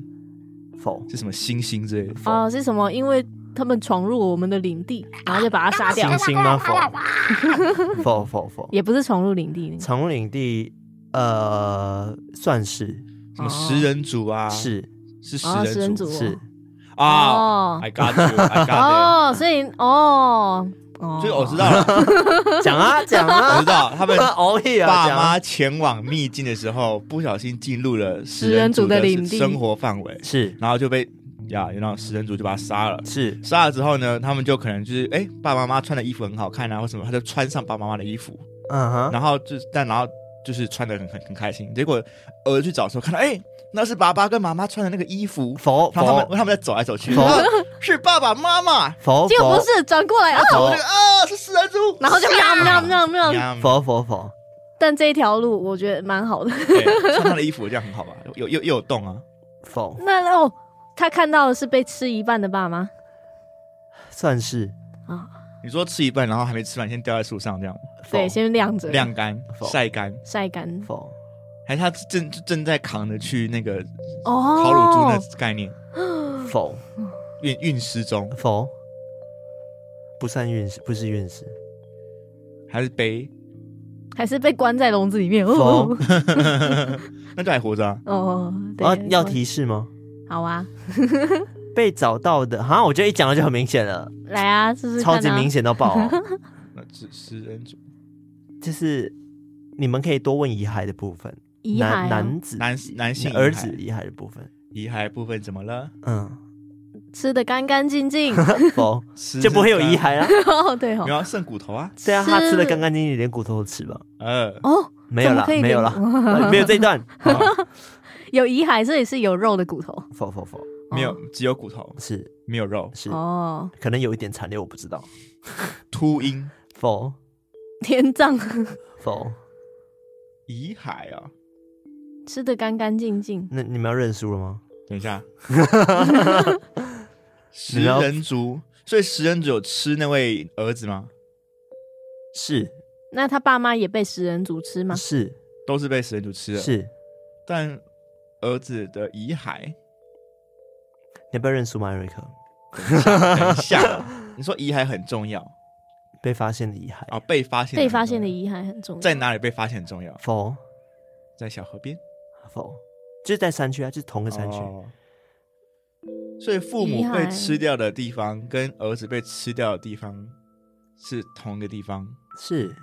Speaker 3: 否
Speaker 4: 是什么猩猩之类的。
Speaker 2: 哦哦，是什么？因为他们闯入我们的领地，然后就把他杀掉
Speaker 3: 星，星吗？否，否否否，
Speaker 2: 也不是闯入领地，
Speaker 3: 长隆领地，呃，算是
Speaker 4: 什么食人族啊？
Speaker 3: 是
Speaker 4: 是食
Speaker 2: 哦，食人
Speaker 4: 人
Speaker 2: 族
Speaker 4: 族
Speaker 2: 哦
Speaker 3: 是，
Speaker 4: 啊
Speaker 2: 哦
Speaker 4: ！I got you，I got
Speaker 2: 哦，所以哦
Speaker 4: you，
Speaker 2: 哦，
Speaker 4: 就是我知道了，
Speaker 2: (laughs)
Speaker 3: 讲啊讲
Speaker 4: (laughs) 我知
Speaker 3: 啊，
Speaker 4: 道
Speaker 3: (laughs)
Speaker 4: 他们
Speaker 3: 熬夜啊，
Speaker 4: 爸
Speaker 3: 讲啊
Speaker 4: 妈前往秘境的时候，不小心进入了食
Speaker 2: 人族的
Speaker 4: 的
Speaker 2: 领地
Speaker 4: 生活范围，
Speaker 3: 是
Speaker 4: 然后就被呀，然后食人族就把他杀了。
Speaker 3: 是
Speaker 4: 杀了之后呢，他们就可能就是哎、爸爸妈妈穿的衣服很好看啊，或什么，他就穿上爸爸妈妈的衣服，
Speaker 3: 嗯
Speaker 2: 啊
Speaker 3: 哼，
Speaker 4: 然后就是但然后就是穿的很很很开心。结果儿子去找的时候看到，哎、那是爸爸跟妈妈穿的那个衣服，
Speaker 3: 否
Speaker 4: 然后他们
Speaker 3: 否
Speaker 4: 他们在走来走去，
Speaker 3: 否
Speaker 4: 啊 (laughs) 是爸爸妈妈，
Speaker 3: 否
Speaker 2: 就不
Speaker 3: 否
Speaker 2: 是转过来啊，
Speaker 4: 我这个啊是食人族，
Speaker 2: 然后就喵喵喵啊喵，
Speaker 4: 喵，
Speaker 3: 否否否，
Speaker 2: 但这一条路我觉得蛮好的。
Speaker 4: 对哎穿他的衣服这样很好吧？有又又有动啊，
Speaker 3: 否
Speaker 2: 那哦，他看到的是被吃一半的爸妈
Speaker 3: 哦算是
Speaker 2: 啊，
Speaker 4: 你说吃一半，然后还没吃完，先掉在树上这样
Speaker 3: 否
Speaker 2: 对，先晾着，
Speaker 4: 晾干
Speaker 3: 否
Speaker 4: 晒干，
Speaker 2: 晒干
Speaker 3: 否
Speaker 4: 还是他正正在扛着去那个
Speaker 2: 哦，
Speaker 4: 烤乳猪那概念
Speaker 2: 嗯
Speaker 3: 否
Speaker 4: 运运尸中，
Speaker 3: 否，不算运势，不是运势，
Speaker 4: 还是背， (laughs)
Speaker 2: 还是被关在笼子里面
Speaker 3: 否
Speaker 2: 哦
Speaker 4: 那就还活着啊。
Speaker 2: (laughs) 哦，对
Speaker 3: 啊，要提示吗？
Speaker 2: 好啊，
Speaker 3: 被找到的，哈，我觉得一讲了就很明显了，
Speaker 2: 来啊，试试看
Speaker 3: 超
Speaker 2: 啊
Speaker 3: 级明显到爆
Speaker 2: (laughs)
Speaker 3: 哦，
Speaker 4: 那只食人族
Speaker 3: 就是你们可以多问遗骸的部分，
Speaker 2: 遗骸啊
Speaker 3: 男男子
Speaker 4: 男男性遗骸
Speaker 3: 儿子遗骸的部分，
Speaker 4: 遗骸部分怎么了？
Speaker 2: (laughs)
Speaker 3: 嗯，
Speaker 2: 吃的干干
Speaker 3: (laughs)
Speaker 2: 净净，
Speaker 3: 否
Speaker 4: 吃
Speaker 3: 就不会有遗
Speaker 4: 这个啊，
Speaker 3: 骸啦。
Speaker 2: 哦对哦
Speaker 4: 没，有啊剩骨头啊。
Speaker 3: 对啊，他吃的
Speaker 2: 是
Speaker 3: 干干净净，连骨头都吃吧？
Speaker 4: 呃，
Speaker 2: 哦，
Speaker 3: 没有
Speaker 2: 怎么
Speaker 3: 啦，
Speaker 2: 可以
Speaker 3: 没有
Speaker 2: 连
Speaker 3: 啦，
Speaker 2: (laughs)
Speaker 3: 呃没有这一段。好
Speaker 4: 哦
Speaker 2: 有遗骸，这也是有肉的骨头，
Speaker 3: 否否否，
Speaker 4: 没有，只有骨头，
Speaker 3: 是
Speaker 4: 没有肉。
Speaker 3: 是，
Speaker 2: 哦，
Speaker 3: 可能有一点残留，我不知道。
Speaker 4: 秃鹰
Speaker 3: 否
Speaker 2: 天葬 (laughs)
Speaker 3: 否，
Speaker 4: 遗骸啊，
Speaker 2: 吃的干干净净，
Speaker 3: 那你们要认输了吗？
Speaker 4: 等一下， (laughs) 食人族，所以食人族有吃那位儿子吗？
Speaker 3: 是
Speaker 2: 那他爸妈也被食人族吃吗？
Speaker 3: 是
Speaker 4: 都是被食人族吃的，
Speaker 3: 是，
Speaker 4: 但儿子的遗骸，
Speaker 3: 你要不要认输吗，艾瑞克？
Speaker 4: 等一下， (laughs) 你说遗骸很重要
Speaker 3: 被发现的遗骸。
Speaker 4: 啊，被发现，
Speaker 2: 被发现的遗骸很重要，
Speaker 4: 在哪里被发现很重要，
Speaker 3: 否
Speaker 4: 在小河边，
Speaker 3: 否，就是在山区啊，就是同个山区。
Speaker 4: 哦所以父母被吃掉的地方跟儿子被吃掉的地方是同一个地方，
Speaker 3: 是，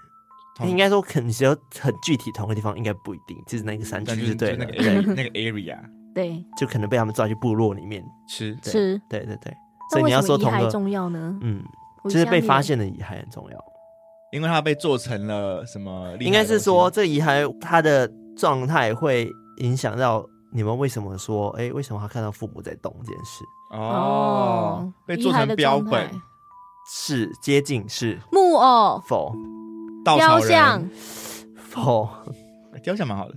Speaker 4: 同
Speaker 3: 应该说肯只要很具体同个地方，应该不一定，就是那个山
Speaker 4: 嗯但
Speaker 3: 区就是
Speaker 4: 就就
Speaker 3: 对
Speaker 4: 是那
Speaker 3: 了。对， (laughs)
Speaker 4: 个 area- 那个 area
Speaker 2: 对
Speaker 3: 就可能被他们抓去部落里面。
Speaker 4: 吃。
Speaker 3: 对
Speaker 2: 吃，
Speaker 3: 对对对，所
Speaker 2: 那
Speaker 3: 以
Speaker 2: 为
Speaker 3: 你
Speaker 2: 什
Speaker 3: 要
Speaker 2: 么
Speaker 3: 说
Speaker 2: 遗
Speaker 3: 同
Speaker 2: 骸
Speaker 3: 个，
Speaker 2: 重要呢？
Speaker 3: 嗯，
Speaker 2: 我
Speaker 3: 就是被
Speaker 2: 想
Speaker 3: 发
Speaker 2: 也
Speaker 3: 现的遗骸很重要。
Speaker 4: 因为它被做成了什么？
Speaker 3: 应该是说，，这遗骸它的状态会影响到你们为什么说，哎、为什么他看到父母在动这件事？
Speaker 4: 哦，被
Speaker 2: 哦遗
Speaker 4: 做
Speaker 2: 骸
Speaker 4: 成
Speaker 2: 的
Speaker 4: 标
Speaker 2: 状
Speaker 4: 本
Speaker 2: 态、
Speaker 3: 是接近是
Speaker 2: 木偶、
Speaker 3: 否
Speaker 4: 稻
Speaker 2: 雕
Speaker 4: 草人
Speaker 2: 像、
Speaker 3: 否 (laughs)
Speaker 4: 雕像蛮好的，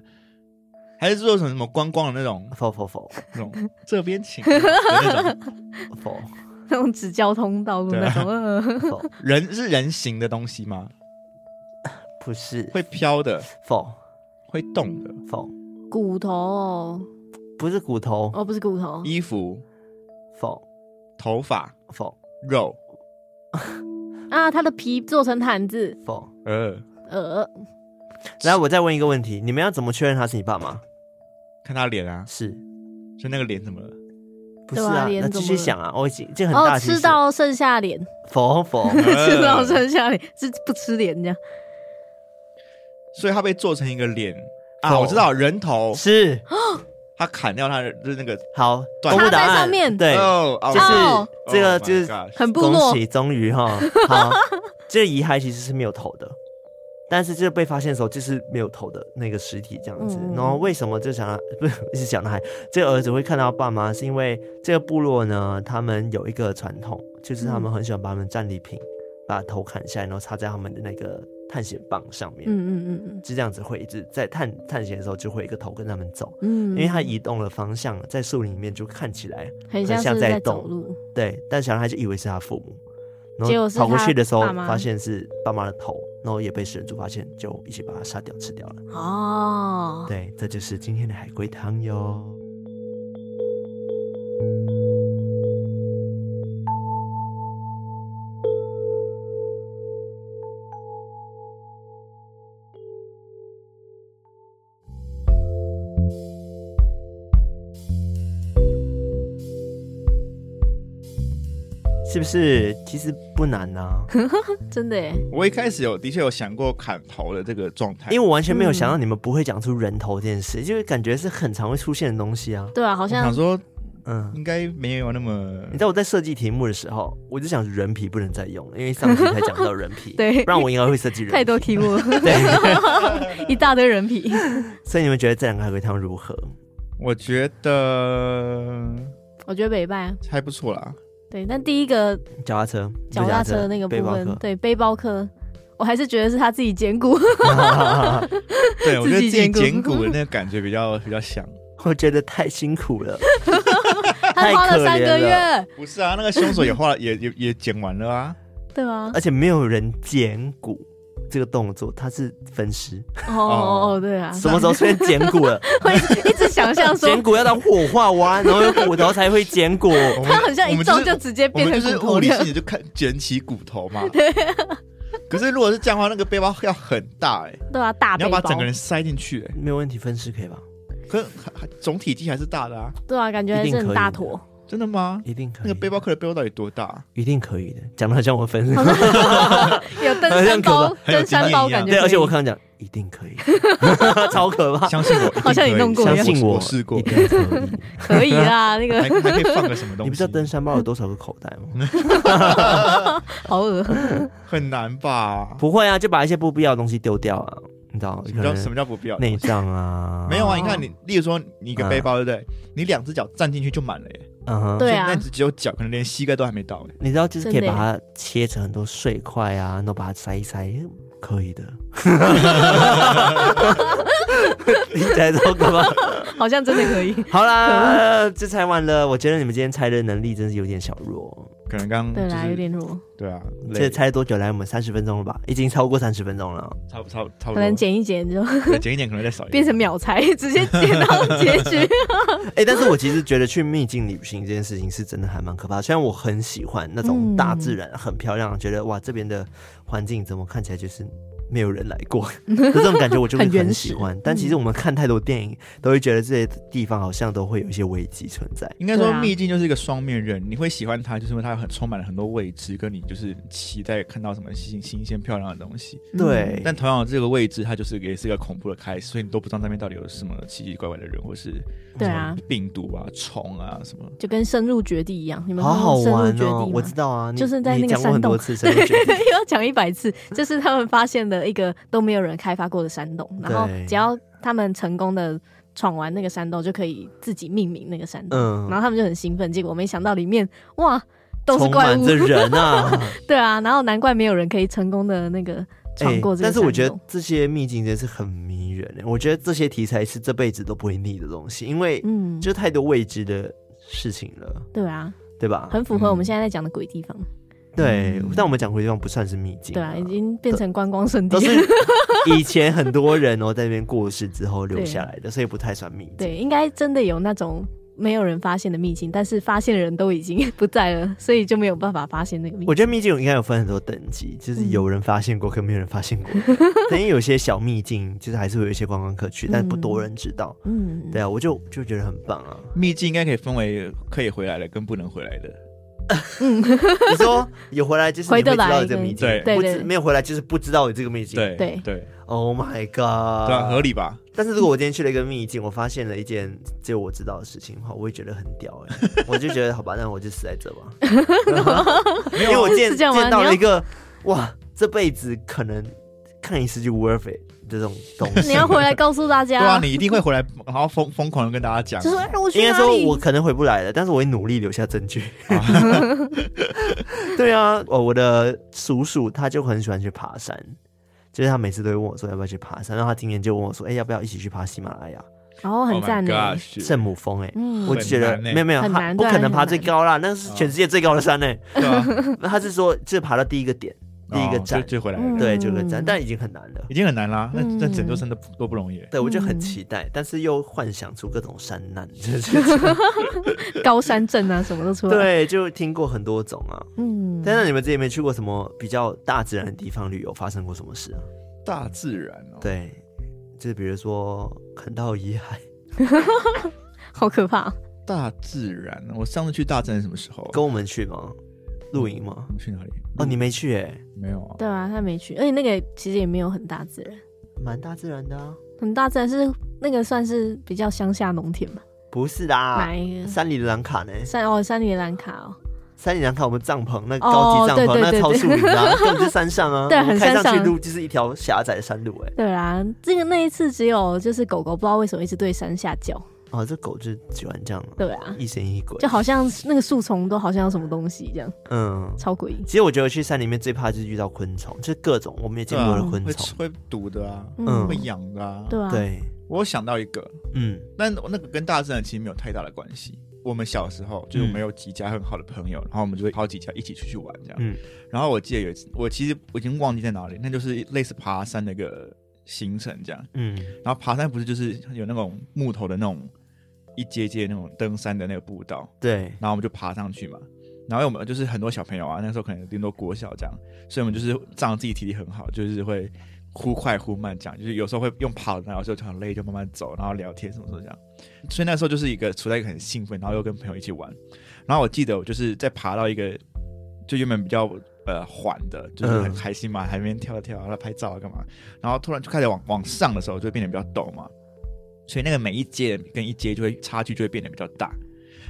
Speaker 4: 还是做成什么观光的
Speaker 2: (laughs)
Speaker 4: 那种
Speaker 3: 否否否
Speaker 4: 那种这边请的那种
Speaker 3: 否
Speaker 2: (laughs) 那种只交通道路
Speaker 4: 对
Speaker 2: 那
Speaker 4: 啊
Speaker 2: 种，呃
Speaker 3: 否 (laughs)
Speaker 4: 人是人形的东西吗？
Speaker 3: 不是
Speaker 4: 会飘的，
Speaker 3: 否
Speaker 4: 会动的
Speaker 3: 否
Speaker 2: (laughs) 骨头哦，
Speaker 3: 不是骨头
Speaker 2: 哦不是骨头，
Speaker 4: 衣服、
Speaker 3: 否
Speaker 4: 头发、
Speaker 3: 否
Speaker 4: 肉，
Speaker 2: 啊，它的皮做成毯子，
Speaker 3: 否。
Speaker 4: 呃，
Speaker 2: 呃，
Speaker 3: 来，我再问一个问题，你们要怎么确认他是你爸妈？
Speaker 4: 看他脸啊，
Speaker 3: 是
Speaker 4: 就那个脸怎么了？
Speaker 3: 不是
Speaker 2: 对啊
Speaker 3: 啊？
Speaker 2: 脸
Speaker 3: 那
Speaker 2: 怎
Speaker 3: 继
Speaker 2: 么
Speaker 3: 续
Speaker 2: 了
Speaker 3: 想啊，我已经这很大
Speaker 2: 哦
Speaker 3: 的提
Speaker 2: 吃
Speaker 3: 示
Speaker 2: 到剩下脸，
Speaker 3: 否
Speaker 4: (laughs)
Speaker 3: 否
Speaker 2: 吃到
Speaker 4: 呃
Speaker 2: 剩下脸， (laughs) 是不吃脸这样，
Speaker 4: 所以他被做成一个脸啊，
Speaker 3: 头
Speaker 4: 我知道人头，
Speaker 3: 是
Speaker 4: 他砍掉他的就是那个
Speaker 3: 好
Speaker 4: 断
Speaker 3: 公布
Speaker 4: 了
Speaker 3: 答
Speaker 2: 插在上
Speaker 3: 案
Speaker 2: 面
Speaker 3: 对，
Speaker 4: 哦，哦
Speaker 3: 就是
Speaker 2: 哦
Speaker 3: 这个
Speaker 4: Oh my
Speaker 3: 就是
Speaker 4: gosh
Speaker 2: 很部
Speaker 3: 恭
Speaker 2: 落
Speaker 3: 喜，终于
Speaker 2: (laughs)
Speaker 3: 哈，好，这个遗骸其实是没有头的，但是这个被发现的时候就是没有头的那个尸体这样子。
Speaker 2: 嗯
Speaker 3: 然后为什么这小男不是一直小男孩， (laughs) 这个儿子会看到爸妈，是因为这个部落呢，他们有一个传统，就是他们很喜欢把他们战利品、把头砍下来，然后插在他们的那个探险棒上面。
Speaker 2: 嗯嗯嗯
Speaker 3: 就这样子会一直在探探险的时候，就会有一个头跟他们走，
Speaker 2: 嗯，
Speaker 3: 因为他移动了方向，在树林里面就看起来
Speaker 2: 很
Speaker 3: 像
Speaker 2: 像是
Speaker 3: 在
Speaker 2: 在
Speaker 3: 动
Speaker 2: 走路，
Speaker 3: 对，但小男孩就以为是他父母，然
Speaker 2: 结果
Speaker 3: 后
Speaker 2: 是
Speaker 3: 跑过去的时候
Speaker 2: 他爸妈
Speaker 3: 发现是爸妈的头，然后也被食人族发现，就一起把他杀掉吃掉了。
Speaker 2: 哦，
Speaker 3: 对，这就是今天的海龟汤哟。是不是？其实不难啊呐、
Speaker 2: 真的耶，
Speaker 4: 我一开始有的确有想过砍头的这个状态，
Speaker 3: 因为
Speaker 4: 为
Speaker 3: 我完全没有想到你们不会讲出人头这件事，就是感觉是很常会出现的东西啊。
Speaker 2: 对啊，好
Speaker 4: 我
Speaker 2: 像
Speaker 4: 想说
Speaker 3: 嗯，
Speaker 4: 应该没有那么
Speaker 3: 你知道我在设计题目的时候，我就想人皮不能再用了，因为上次才讲到人皮，
Speaker 2: (laughs) 对
Speaker 3: 不然我应该会设计人皮
Speaker 2: 太多题目了，
Speaker 3: 对，
Speaker 2: (laughs) 一大堆人皮，
Speaker 3: 所以你们觉得这两个海龟汤如何？
Speaker 4: 我觉得
Speaker 2: 我觉得北拜啊
Speaker 4: 还不错 (laughs) 啦。
Speaker 2: 对，但第一个
Speaker 3: 脚踏车，
Speaker 2: 脚踏车的那个部
Speaker 3: 背包
Speaker 2: 分，
Speaker 3: 客
Speaker 2: 对背包客，我还是觉得是他自己兼顾。 (laughs)
Speaker 4: 对，我觉得自己
Speaker 2: 自己
Speaker 4: 剪
Speaker 2: 剪
Speaker 4: 骨的那个感觉比较比较像。
Speaker 3: (laughs) 我觉得太辛苦了。
Speaker 2: 他花了三个月，
Speaker 4: 不是啊，那个凶手也画了，也也也剪完了啊。
Speaker 2: 对
Speaker 3: (laughs)
Speaker 2: 吗？
Speaker 3: 而且没有人剪骨这个动作，他是分尸。
Speaker 2: 哦哦哦，对啊，
Speaker 3: 什么时候出现剪骨了？
Speaker 2: 会一直 (laughs) 想象说
Speaker 3: 剪骨要当火化挖，然后有骨头才会剪骨。
Speaker 4: 我们
Speaker 2: 他好像
Speaker 4: 我
Speaker 2: 一
Speaker 4: 们
Speaker 2: 撞
Speaker 4: 是
Speaker 2: 就直接
Speaker 4: 我
Speaker 2: 变
Speaker 4: 们就
Speaker 2: 成
Speaker 4: 是
Speaker 2: 骨
Speaker 4: 物
Speaker 2: 头
Speaker 4: 理性
Speaker 2: 的。
Speaker 4: 的就看卷起骨头嘛。对、 (laughs) 可是如果是这样的话，那个背包要很大哎、
Speaker 2: 对啊，大
Speaker 4: 你
Speaker 2: 背
Speaker 4: 要把
Speaker 2: 包，
Speaker 4: 整个人塞进去哎、
Speaker 3: 没有问题，分尸可以吧？
Speaker 4: 可是还还总体积还是大的啊。
Speaker 2: 对啊，感觉还
Speaker 3: 一
Speaker 2: 是
Speaker 3: 定可以
Speaker 2: 很大坨。
Speaker 4: 真的吗？
Speaker 3: 一定可以。
Speaker 4: 那个背包客的背包到底多大、
Speaker 3: 一定可以的，讲的好像我
Speaker 2: (laughs)
Speaker 3: 分尸。
Speaker 2: 有登山包，登山包感
Speaker 3: 对，
Speaker 2: 觉可以
Speaker 3: 而且我刚刚讲一定可以， (laughs) 超可怕。
Speaker 4: 相信
Speaker 3: (laughs)
Speaker 4: 我，
Speaker 2: 好像你弄过一
Speaker 3: 相
Speaker 2: 样
Speaker 3: 信我，
Speaker 4: 我试过
Speaker 3: 一，
Speaker 4: (laughs)
Speaker 3: 定可以。
Speaker 2: 可以啦，那
Speaker 4: 还
Speaker 2: 个
Speaker 4: 还可以放个什么东西？
Speaker 3: 你不知道登山包有多少个口袋
Speaker 4: (laughs)
Speaker 3: 吗？
Speaker 2: 好恶，
Speaker 4: 很难吧？
Speaker 3: 不会啊，就把一些不必要的东西丢掉啊，你知道？
Speaker 4: 什
Speaker 3: 可
Speaker 4: 么叫什
Speaker 3: 能
Speaker 4: 么叫不必要？
Speaker 3: 内嗯脏啊，
Speaker 4: (laughs) 没有啊，你
Speaker 2: 哦
Speaker 4: 看你，例如说你一个背包，对不对？你两只脚站进去就满了耶，
Speaker 3: 嗯哼，
Speaker 2: 对啊
Speaker 4: 所以那只只有脚，可能连膝盖都还没到耶。
Speaker 3: 你知道，就是可以
Speaker 2: 真的
Speaker 3: 把它切成很多碎块啊，然后把它塞一塞，可以的。
Speaker 4: (laughs)
Speaker 3: (laughs) 你在说干嘛？
Speaker 2: (laughs) 好像真的可
Speaker 4: 嗯
Speaker 2: 以。
Speaker 3: 好啦，这猜完了。我觉得你们今天猜的能力真是有点小弱。
Speaker 4: 可能刚
Speaker 2: 对
Speaker 4: 就
Speaker 2: 啦，
Speaker 4: 是
Speaker 2: 有点弱，
Speaker 4: 对啊，
Speaker 3: 这
Speaker 4: 累，
Speaker 3: 猜多久来？我们三十分钟了吧？已经超过三十分钟了。
Speaker 4: 差不差不差不
Speaker 2: 可能
Speaker 4: 多，
Speaker 2: 剪一剪就
Speaker 4: 对减一点可能再少一点，
Speaker 2: 变成秒裁，直接剪到结
Speaker 3: (laughs)
Speaker 2: 局。
Speaker 3: 哎、但是我其实觉得去秘境旅行这件事情是真的还蛮可怕的。虽然我很喜欢那种
Speaker 2: 嗯
Speaker 3: 大自然，很漂亮，觉得哇这边的环境怎么看起来就是没有人来过 (laughs) 的这种感觉，我就会
Speaker 2: 很原
Speaker 3: 很喜
Speaker 2: 始嗯
Speaker 3: 欢。但其实我们看太多电影，都会觉得这些地方好像都会有一些危机存在。
Speaker 4: 应该说
Speaker 2: 对啊
Speaker 4: 秘境就是一个双面刃，你会喜欢它，就是因为它很充满了很多未知，跟你就是期待看到什么新新鲜漂亮的东西。
Speaker 2: 嗯
Speaker 3: 对，
Speaker 4: 但同样，这个位置它就是也是一个恐怖的开始，所以你都不知道那边到底有什么奇奇怪怪的人，或是
Speaker 2: 对啊，
Speaker 4: 病毒啊、虫啊什么。
Speaker 2: 就跟深入绝地一样，你们
Speaker 3: 好好
Speaker 2: 深入
Speaker 3: 玩
Speaker 2: 绝
Speaker 3: 哦
Speaker 2: 地！
Speaker 3: 我
Speaker 2: 吗
Speaker 3: 知？道啊，你
Speaker 2: 就是在
Speaker 3: 你
Speaker 2: 那个
Speaker 3: 讲过很
Speaker 2: 山洞
Speaker 3: 多次，深入决定
Speaker 2: (laughs) 又要讲一百次，就是他们发现了一个都没有人开发过的山洞，然后
Speaker 3: 对
Speaker 2: 只要他们成功的闯完那个山洞，就可以自己命名那个山洞，
Speaker 3: 嗯
Speaker 2: 然后他们就很兴奋，结果没想到里面哇都是
Speaker 3: 充
Speaker 2: 怪
Speaker 3: 满
Speaker 2: 物
Speaker 3: 着，人啊。
Speaker 2: (laughs) 对啊，然后难怪没有人可以成功的那个
Speaker 3: 哎
Speaker 2: 闯过这个山洞、
Speaker 3: 但是我觉得这些秘境真是很迷人欸的，我觉得这些题材是这辈子都不会腻的东西，因为
Speaker 2: 嗯，
Speaker 3: 就太多未知的事情了，
Speaker 2: 对啊，
Speaker 3: 对吧？
Speaker 2: 很符合我们现在在讲的鬼地方，
Speaker 3: 对
Speaker 4: 嗯，
Speaker 3: 但我们讲回地方不算是秘境，
Speaker 2: 对啊，已经变成观光圣地
Speaker 3: 都
Speaker 2: 了。
Speaker 3: 是 (laughs) 以前很多人哦在那边过世之后留下来的，所以不太算秘境。
Speaker 2: (laughs) 对，应该真的有那种没有人发现的秘境，但是发现的人都已经 (laughs) 不在了，所以就没有办法发现那个秘
Speaker 3: 我
Speaker 2: 境。
Speaker 3: 觉得秘境应该有分很多等级，
Speaker 2: 嗯
Speaker 3: 就是有人发现过跟没有人发
Speaker 2: (laughs)
Speaker 3: 现过的，等于有些小秘境就是还是会有一些观光客去，但不多人知道。
Speaker 2: 嗯，
Speaker 3: 对啊，我就就觉得很棒
Speaker 2: (laughs)
Speaker 3: 啊！
Speaker 4: 秘境应该可以分为可以回来的跟不能回来的。
Speaker 3: 你说有回来就是你会
Speaker 2: 回得
Speaker 3: 知
Speaker 2: 来
Speaker 3: 道有这个秘境，
Speaker 4: 跟
Speaker 2: 对
Speaker 3: 不
Speaker 2: 对
Speaker 3: 知
Speaker 2: 对
Speaker 3: 没有回来就是不知道有这个秘境。
Speaker 4: 对
Speaker 2: 对
Speaker 4: 对，
Speaker 3: ，Oh my
Speaker 4: 对啊，合
Speaker 3: god！
Speaker 4: 理吧？
Speaker 3: 但是如果我今天去了一个秘境，我发现了一件只有我知道的事情的话，我会觉得很屌哎、我就觉得好吧，那我就死在这吧。因为我见
Speaker 2: 是这样吗
Speaker 3: 见到
Speaker 2: 你
Speaker 3: 了
Speaker 2: 要
Speaker 3: 一个哇，这辈子可能看一次就 worth it 这种东西。
Speaker 2: 你要回来告诉大
Speaker 4: 对
Speaker 2: 家，
Speaker 4: 啊，你一定会回来，然后疯疯狂的跟大家讲
Speaker 2: 就。是哎我去
Speaker 3: 应该
Speaker 2: 哪
Speaker 3: 说，
Speaker 2: 里
Speaker 3: 我可能回不来了，但是我会努力留下证据。对啊，我我的叔叔他就很喜欢去爬山，就是他每次都会问我说要不要去爬山，然后他今年就问我说，哎、要不要一起去爬喜马拉雅
Speaker 2: 然后哦很赞欸
Speaker 4: 的。
Speaker 2: 呢。
Speaker 4: Oh my gosh
Speaker 3: 圣母峰、哎、
Speaker 2: 嗯
Speaker 3: 我就觉得
Speaker 4: 很难欸哦
Speaker 3: 没有没有，
Speaker 2: 很
Speaker 3: 他
Speaker 2: 难
Speaker 3: 不
Speaker 2: 对啊
Speaker 3: 可能爬
Speaker 2: 很难
Speaker 3: 最高啦，那是全世界最高的山呢、哎
Speaker 4: 对啊，
Speaker 3: 他是说，就是爬到第一个点， (laughs) 第一个
Speaker 4: 哦
Speaker 3: 站
Speaker 4: 就就回来
Speaker 2: 嗯
Speaker 4: 了，
Speaker 3: 对，这个站，
Speaker 2: 嗯
Speaker 3: 但已经很难了。
Speaker 4: 已经很难啦。那那
Speaker 2: 嗯
Speaker 4: 整座山都不都不容易。
Speaker 3: 对，我就很
Speaker 2: 嗯
Speaker 3: 期待，但是又幻想出各种山
Speaker 4: (laughs)
Speaker 3: 难， (laughs) 就是
Speaker 2: 高山镇啊，什么都出来。，
Speaker 3: 对，就听过很多种啊。
Speaker 2: 嗯，
Speaker 3: 但是你们自己没去过什么比较大自然的地方旅游，发生过什么事啊？
Speaker 4: 大自然哦，
Speaker 3: 对，就是比如说垦到遗骸，
Speaker 2: 好可怕。
Speaker 4: 大自然。我上次去大自然是什么时候啊？
Speaker 3: 跟我们去吗？露营吗？
Speaker 2: 嗯
Speaker 4: 去哪里？
Speaker 3: 哦，你没去哎，
Speaker 4: 没有啊？
Speaker 2: 对啊，他没去，而且那个其实也没有很大自然，
Speaker 3: 蛮大自然的啊。
Speaker 2: 很大自然是那个算是比较乡下农田嘛，
Speaker 3: 不是
Speaker 2: 哪
Speaker 3: 啦，
Speaker 2: 一个？
Speaker 3: 山里的兰卡呢？
Speaker 2: 山哦，山里的兰卡哦，
Speaker 3: 山里兰卡我们帐篷，那个高级帐
Speaker 2: 哦
Speaker 3: 篷，
Speaker 2: 对对
Speaker 3: 那
Speaker 2: 对
Speaker 3: 超树林
Speaker 2: (laughs)
Speaker 3: 啊，根本就山上啊。
Speaker 2: 对
Speaker 3: 我们
Speaker 2: 很
Speaker 3: 开上
Speaker 2: 山
Speaker 3: 去
Speaker 2: 上
Speaker 3: 路就是一条狭窄的山路哎。
Speaker 2: 对啦，这个那一次只有就是狗狗不知道为什么一直对山下叫，
Speaker 3: 哦，这狗就喜欢这样啊，
Speaker 2: 对啊，
Speaker 3: 疑神疑鬼
Speaker 2: 就。好像那个树丛都好像有什么东西这样，
Speaker 3: 嗯，
Speaker 2: 超诡异。
Speaker 3: 其实我觉得去山里面最怕就是遇到昆虫，就是各种我们也见
Speaker 4: 对啊
Speaker 3: 过的昆
Speaker 4: 会
Speaker 3: 虫。
Speaker 4: 会毒的啊，
Speaker 2: 嗯
Speaker 4: 会痒的啊。
Speaker 2: 对啊，
Speaker 3: 对，
Speaker 4: 我有想到一个，
Speaker 3: 嗯，
Speaker 4: 但那个跟大自然其实没有太大的关系。我们小时候
Speaker 3: 嗯
Speaker 4: 就是我们有几家很好的朋友，然后我们就会好几家一起出去玩这样。
Speaker 3: 嗯
Speaker 4: 然后我记得有一次，我其实我已经忘记在哪里，那就是类似爬山的一个行程这样。
Speaker 3: 嗯，
Speaker 4: 然后爬山不是就是有那种木头的那种一阶阶那种登山的那个步道，
Speaker 3: 对，
Speaker 4: 然后我们就爬上去嘛。然后我们就是很多小朋友啊，那时候可能顶多国小这样，所以我们就是仗自己体力很好，就是会忽快忽慢这样，就是有时候会用跑的，然后有时候就很累就慢慢走，然后聊天什么什么这样。所以那时候就是一个处在一个很兴奋，然后又跟朋友一起玩。然后我记得我就是在爬到一个就原本比较呃缓的，就是很
Speaker 3: 嗯
Speaker 4: 开心嘛，海边跳跳，然后拍照啊干嘛，然后突然就开始往往上的时候就变得比较陡嘛，所以那个每一阶跟一阶就会差距就会变得比较大。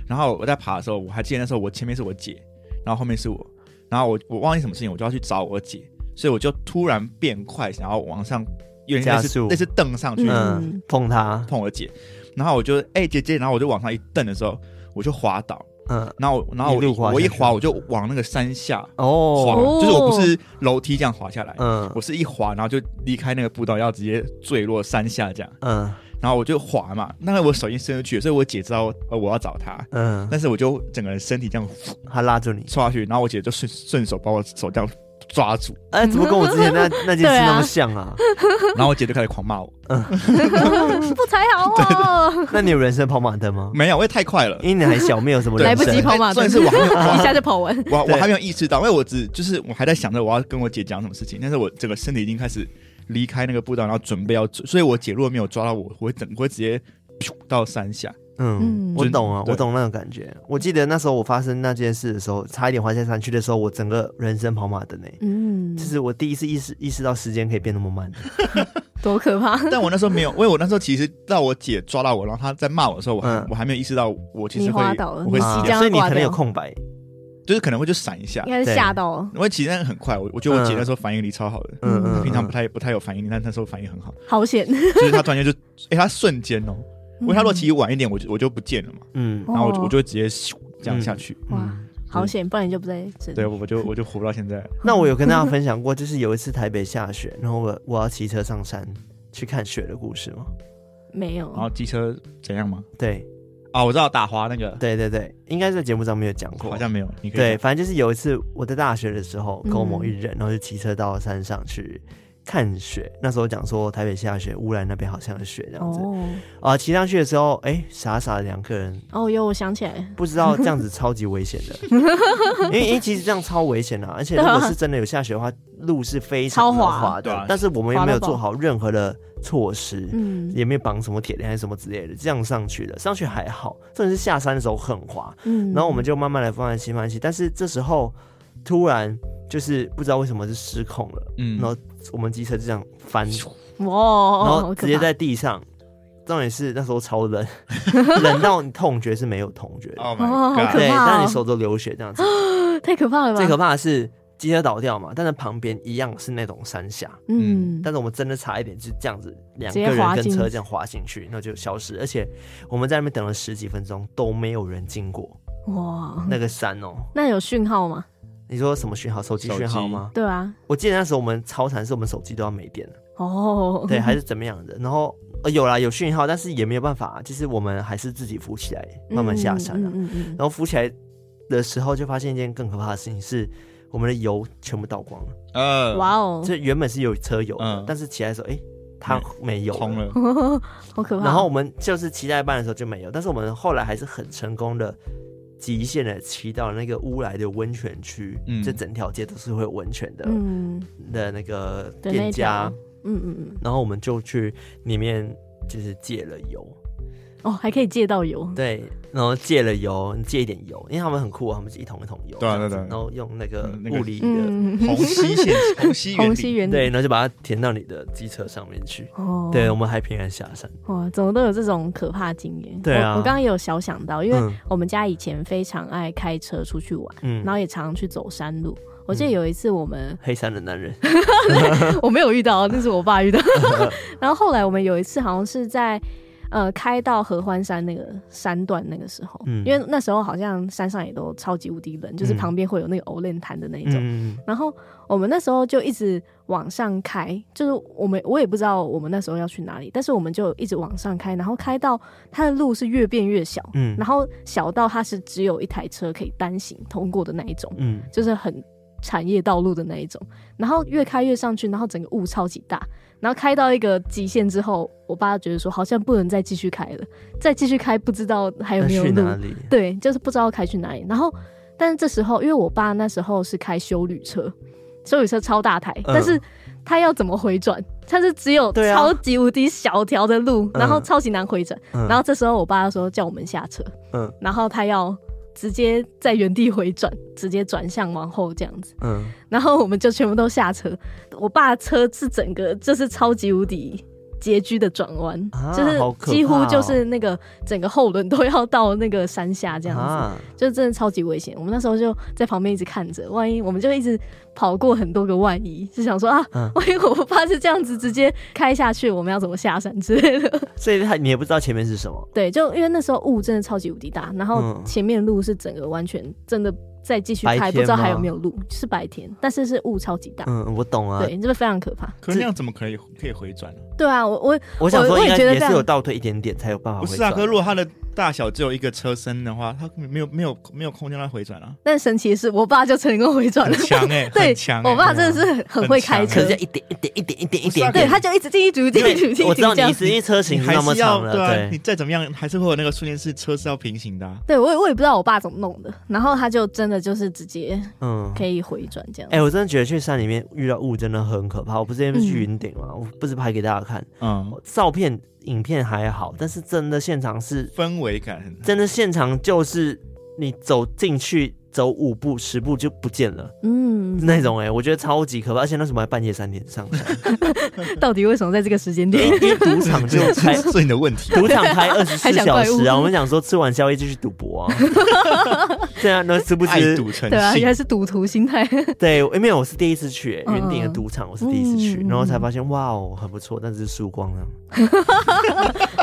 Speaker 4: 然后我在爬的时候，我还记得那时候我前面是我姐，然后后面是我，然后我我忘记什么事情，我就要去找我姐，所以我就突然变快，想要往上，有点类
Speaker 3: 加
Speaker 4: 似
Speaker 3: 速
Speaker 4: 类似蹬上去，
Speaker 3: 嗯
Speaker 2: 嗯，
Speaker 3: 碰它，
Speaker 4: 碰我姐，然后我就哎、姐姐，然后我就往上一蹬的时候，我就滑倒，
Speaker 3: 嗯，
Speaker 4: 然后然后
Speaker 3: 一路滑
Speaker 4: 我
Speaker 3: 下
Speaker 4: 我一
Speaker 3: 去
Speaker 4: 滑我就往那个山下滑，
Speaker 3: 哦，
Speaker 2: 哦
Speaker 4: 就是我不是楼梯这样滑下来，
Speaker 3: 嗯
Speaker 4: 我是一滑然后就离开那个步道，要直接坠落山下这样，
Speaker 3: 嗯
Speaker 4: 然后我就滑嘛，那我手已经伸出去了，所以我姐知道呃我要找她，
Speaker 3: 嗯，
Speaker 4: 但是我就整个人身体这样
Speaker 3: 它拉住你，
Speaker 4: 戳下去，然后我姐就顺顺手把我手这样抓住，
Speaker 3: 哎，怎么跟我之前
Speaker 2: (laughs)
Speaker 3: 那那件
Speaker 2: 对
Speaker 3: 事
Speaker 2: 啊
Speaker 3: 那么像啊？
Speaker 4: 然后我姐就开始狂骂我，
Speaker 2: 嗯不才
Speaker 3: (laughs)
Speaker 2: 好哦， (laughs)
Speaker 3: 那你有人生跑马灯吗？
Speaker 4: 没有，因为太快了。
Speaker 3: 因为你还小，没有什么
Speaker 4: 对
Speaker 2: 来
Speaker 3: 人
Speaker 2: 不及
Speaker 3: 生。
Speaker 2: 跑马灯，
Speaker 4: 算是我还没有
Speaker 2: 一下就跑完。
Speaker 4: 我我
Speaker 3: 对
Speaker 4: 还没有意识到，因为我只就是我还在想着我要跟我姐讲什么事情，但是我整个身体已经开始离开那个步道，然后准备要，所以我姐如果没有抓到我，我会整我会直接噗到山下。
Speaker 3: (laughs) 嗯，
Speaker 2: 嗯
Speaker 3: 我懂啊，
Speaker 4: 对
Speaker 3: 我懂那种感觉。我记得那时候我发生那件事的时候，差一点滑下山去的时候，我整个人生跑马灯呢，
Speaker 2: 嗯
Speaker 3: 就，是我第一次意识意识到时间可以变那么慢。
Speaker 2: 多可怕！
Speaker 4: 但我那时候没有，因为我那时候其实到我姐抓到我，然后她在骂我的时候，我还、
Speaker 3: 嗯
Speaker 4: 我还没有意识到我其实
Speaker 2: 你
Speaker 4: 会
Speaker 2: 滑倒了
Speaker 4: 我会
Speaker 2: 啊
Speaker 4: 死
Speaker 2: 即
Speaker 4: 掉，
Speaker 2: 将
Speaker 3: 所以你
Speaker 2: 挂
Speaker 3: 可能有
Speaker 2: 掉
Speaker 3: 空白。
Speaker 4: 就是可能会就闪一下
Speaker 2: 应。该是吓到了，
Speaker 4: 因为其实那个很快，我我觉得我姐
Speaker 3: 嗯
Speaker 4: 那时候反应力超好的，
Speaker 3: 嗯嗯，
Speaker 4: 平常
Speaker 3: 嗯
Speaker 4: 不太不太有反应力，但那时候反应很好，
Speaker 2: 好险！
Speaker 4: 就是她突然间就，哎、她瞬间哦、因为她如果其实晚一点，我就我就不见了嘛，
Speaker 3: 嗯
Speaker 4: 然后我就
Speaker 2: 嗯哦
Speaker 4: 我就会直接咻这样下去，
Speaker 2: 哇
Speaker 3: 嗯
Speaker 2: 好险，不然你就不在这里。
Speaker 4: 对，我就我就活不到现在。
Speaker 3: 那我有跟大家分享过，就是有一次台北下雪，然后我我要骑车上山去看雪的故事吗？
Speaker 2: 没有
Speaker 4: 然，后机车怎样吗？
Speaker 3: 对
Speaker 4: 啊，我知道打滑那个，
Speaker 3: 对对对，应该在节目上没有讲过，
Speaker 4: 好像没有，你可以
Speaker 3: 对，
Speaker 4: 讲，
Speaker 3: 反正就是有一次我在大学的时候，
Speaker 2: 嗯
Speaker 3: 跟我某一人，然后就骑车到山上去看雪。那时候讲说台北下雪，乌兰那边好像有雪这样子。
Speaker 2: 哦
Speaker 3: 啊，骑上去的时候，哎、傻傻的两个人
Speaker 2: 哦，有，我想起来了，
Speaker 3: 不知道这样子超级危险
Speaker 2: (laughs)
Speaker 3: 的，因为因为其实这样超危险的、啊而且如果是真的有下雪的话，路是非常的
Speaker 2: 超滑
Speaker 3: 滑
Speaker 4: 对
Speaker 3: 的
Speaker 4: 啊，
Speaker 3: 但是我们又没有
Speaker 2: 滑到爆
Speaker 3: 做好任何的措施。
Speaker 2: 嗯
Speaker 3: 也没有绑什么铁链还是什么之类的，这样上去了。上去还好，重点是下山的时候很滑，
Speaker 2: 嗯，
Speaker 3: 然后我们就慢慢来，放慢心，放慢心。但是这时候突然就是不知道为什么就失控了，
Speaker 4: 嗯
Speaker 3: 然后我们机车就这样翻，然
Speaker 2: 哇，
Speaker 3: 后直接在地上。重点是那时候超
Speaker 2: (laughs)
Speaker 3: 冷，冷到你痛觉是没有痛觉的，
Speaker 4: Oh
Speaker 2: 哦好可
Speaker 3: 对，
Speaker 2: 怕哦
Speaker 3: 但你手都流血这样子。
Speaker 2: 太可怕了吧？
Speaker 3: 最可怕的是机车倒掉嘛，但是旁边一样是那种山下，
Speaker 2: 嗯，
Speaker 3: 但是我们真的差一点就这样子，两
Speaker 2: 直
Speaker 3: 个
Speaker 2: 接滑
Speaker 3: 人跟
Speaker 2: 进
Speaker 3: 车
Speaker 2: 去
Speaker 3: 这样滑进去，那就消失。而且我们在那边等了十几分钟都没有人经过
Speaker 2: 哇，
Speaker 3: 那个山哦。
Speaker 2: 那有讯号吗？
Speaker 3: 你说什么讯号？手机
Speaker 4: 手
Speaker 3: 讯号
Speaker 4: 机
Speaker 3: 吗？
Speaker 2: 对啊，
Speaker 3: 我记得那时候我们超惨，是我们手机都要没电了，
Speaker 2: 哦，
Speaker 3: 对，还是怎么样的？然后、呃、有啦，有讯号，但是也没有办法，啊就是我们还是自己扶起来，慢慢下山了、
Speaker 2: 嗯嗯嗯
Speaker 3: 然后扶起来的时候，就发现一件更可怕的事情是，我们的油全部倒光了。
Speaker 2: 嗯，
Speaker 4: 呃，
Speaker 2: 哇哦，
Speaker 3: 这原本是有车油的，
Speaker 4: 嗯
Speaker 3: 但是起来的时候，哎、它没油
Speaker 2: (laughs)
Speaker 4: 通了，
Speaker 2: 好可怕。
Speaker 3: 然后我们就是骑到一半的时候就没有，但是我们后来还是很成功的。极限的骑到那个乌来的温泉区，
Speaker 4: 嗯
Speaker 3: 这整条街都是会有温泉的、
Speaker 2: 嗯
Speaker 3: 的那个
Speaker 2: 的那
Speaker 3: 店
Speaker 2: 条
Speaker 3: 家，
Speaker 2: 嗯嗯嗯，
Speaker 3: 然后我们就去里面就是借了油，
Speaker 2: 哦，还可以借到油，
Speaker 3: 对，然后借了油，借一点油，因为他们很酷啊，他们是一桶一桶油，
Speaker 4: 对啊
Speaker 3: 这样子
Speaker 4: 对啊对啊
Speaker 3: 然后用那个
Speaker 4: 嗯那个嗯
Speaker 3: 物理的，
Speaker 2: 嗯，
Speaker 4: 虹吸线，虹吸原
Speaker 2: 虹吸
Speaker 4: 理，
Speaker 2: 原理，
Speaker 3: 对，然后就把它填到你的机车上面去。
Speaker 2: 哦，
Speaker 3: 对，我们还平安下山。
Speaker 2: 哇，怎么都有这种可怕经验？
Speaker 3: 对啊
Speaker 2: 我我刚刚也有小想到，因为
Speaker 3: 嗯
Speaker 2: 我们家以前非常爱开车出去玩，
Speaker 3: 嗯
Speaker 2: 然，后也常常去走山路。我记得有一次我们、 (laughs)
Speaker 3: 黑山的男人，
Speaker 2: 我没有遇到，那是我爸遇
Speaker 3: (laughs)
Speaker 2: 到。然后后来我们有一次好像是在呃开到合欢山那个山段那个时候，
Speaker 3: 嗯
Speaker 2: 因为那时候好像山上也都超级无敌冷，就是
Speaker 3: 嗯
Speaker 2: 旁边会有那个欧链潭的那一种。
Speaker 3: 嗯，
Speaker 2: 然后我们那时候就一直往上开，就是我们我也不知道我们那时候要去哪里，但是我们就一直往上开，然后开到它的路是越变越小，
Speaker 3: 嗯
Speaker 2: 然后小到它是只有一台车可以单行通过的那一种，
Speaker 3: 嗯，
Speaker 2: 就是很产业道路的那一种。然后越开越上去，然后整个雾超级大，然后开到一个极限之后，我爸觉得说好像不能再继续开了，再继续开不知道还有
Speaker 3: 那
Speaker 2: 没有
Speaker 3: 去
Speaker 2: 路，
Speaker 3: 哪里？
Speaker 2: 对，就是不知道开去哪里。然后，但是这时候，因为我爸那时候是开修旅车，修旅车超大台，但是他要怎么回转？他是只有
Speaker 3: 嗯对啊
Speaker 2: 超级无敌小条的路，然后
Speaker 3: 嗯
Speaker 2: 超级难回转。
Speaker 3: 嗯
Speaker 2: 然后这时候我爸说叫我们下车，
Speaker 3: 嗯
Speaker 2: 然后他要直接在原地回转，直接转向往后这样子。
Speaker 3: 嗯，
Speaker 2: 然后我们就全部都下车，我爸车是整个就是超级无敌。拮据的转弯，
Speaker 3: 啊好
Speaker 2: 就是
Speaker 3: 可
Speaker 2: 几乎
Speaker 3: 怕
Speaker 2: 就
Speaker 3: 哦
Speaker 2: 是那个整个后轮都要到那个山下这样子，
Speaker 3: 啊，
Speaker 2: 就真的超级危险。我们那时候就在旁边一直看着，万一我们就一直跑过很多个万一，就想说啊，
Speaker 3: 嗯
Speaker 2: 万一我爸是这样子直接开下去，我们要怎么下山之类的。
Speaker 3: 所以他你也不知道前面是什么。
Speaker 2: 对，就因为那时候雾真的超级无敌大，然后
Speaker 3: 嗯
Speaker 2: 前面路是整个完全真的再继续
Speaker 3: 白
Speaker 2: 开，
Speaker 3: 天
Speaker 2: 不知道还有
Speaker 3: 吗
Speaker 2: 没有路，是白天，但是是雾超级大。
Speaker 3: 嗯，我懂啊
Speaker 2: 对，。真的非常可怕。
Speaker 4: 可是那样怎么可以可以回转呢？
Speaker 2: 对啊，我我
Speaker 3: 我想说
Speaker 2: 我
Speaker 3: 应
Speaker 2: 也
Speaker 3: 该
Speaker 2: 觉得
Speaker 3: 也
Speaker 2: 这
Speaker 3: 是
Speaker 2: 样
Speaker 3: 有倒退一点点才有办法
Speaker 4: 不
Speaker 3: 回
Speaker 4: 是
Speaker 3: 转
Speaker 4: 啊，可是如果它的大小只有一个车身的话，它没有没有没有空间让它回转啊，
Speaker 2: 但神奇的是，我爸就成功回转
Speaker 4: 很
Speaker 2: 了。
Speaker 4: 强哎，
Speaker 2: (laughs) 对
Speaker 4: 很强，欸。
Speaker 2: 我爸真的是很很会开
Speaker 4: 很欸
Speaker 2: 车
Speaker 3: 可是，要一点一点一点一点一点，
Speaker 2: 对，他就一直进一组进
Speaker 3: 因
Speaker 2: 一组进
Speaker 3: 为
Speaker 2: 一
Speaker 3: 我
Speaker 2: 组
Speaker 3: 知道你
Speaker 2: 这样
Speaker 3: 是因为车型
Speaker 4: 你
Speaker 3: 是
Speaker 4: 还
Speaker 3: 那么
Speaker 4: 是
Speaker 3: 长
Speaker 4: 要
Speaker 3: 了，
Speaker 4: 对啊，
Speaker 3: 对，
Speaker 4: 你再怎么样还是会有那个瞬间是车是要平行的啊。
Speaker 2: 对我也我也不知道我爸怎么弄的，然后他就真的就是直接
Speaker 3: 嗯。
Speaker 2: 可以回转这样。
Speaker 3: 哎、我真的觉得去山里面遇到雾真的很可怕。我不是之前不是去云顶嘛，我不是拍给大家看，
Speaker 4: 嗯，
Speaker 3: 照片、影片还好，但是真的现场是，
Speaker 4: 氛围感很
Speaker 3: 真的现场就是你走进去走五步、十步就不见了
Speaker 2: 嗯，
Speaker 3: 那种、哎，我觉得超级可怕。而且那什么还半夜三点上山，
Speaker 2: 到底为什么在这个时间点？
Speaker 4: 啊
Speaker 3: 一一赌场就开，
Speaker 4: 是你的问 (laughs) 题。
Speaker 3: 赌场开二十四
Speaker 2: 还想
Speaker 3: 小
Speaker 2: 怪
Speaker 3: 时啊！
Speaker 2: 物
Speaker 3: 我们想说吃完宵夜就去赌博啊，对啊，那殊不
Speaker 4: 爱
Speaker 3: 知
Speaker 4: 赌成
Speaker 2: (laughs) 对啊，原
Speaker 4: 性
Speaker 2: 来，是赌徒心态。
Speaker 3: 对，因为我是第一次去、欸
Speaker 2: 嗯
Speaker 3: 云顶的赌场，我是第一次去，
Speaker 2: 嗯
Speaker 3: 然后才发现哇哦很不错，但是输光了。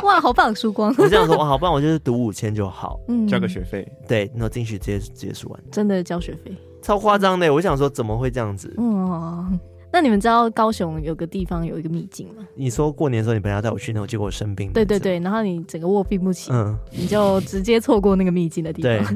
Speaker 2: 哇，好棒，输光。
Speaker 3: 我就想说哇，好，不然我就是赌五千就好。
Speaker 2: 嗯
Speaker 4: 交个学费，
Speaker 3: 对，然后进去直接直接输完，
Speaker 2: 真的交学费。
Speaker 3: 超夸张的、欸。我想说怎么会这样子？
Speaker 2: 嗯，那你们知道高雄有个地方有一个秘境吗？
Speaker 3: 你说过年的时候你本来要带我去，那我结果我生病。
Speaker 2: 对对，对，然后你整个卧病不起，
Speaker 3: 嗯，
Speaker 2: 你就直接错过那个秘境的地
Speaker 3: 对，
Speaker 2: (laughs) 方。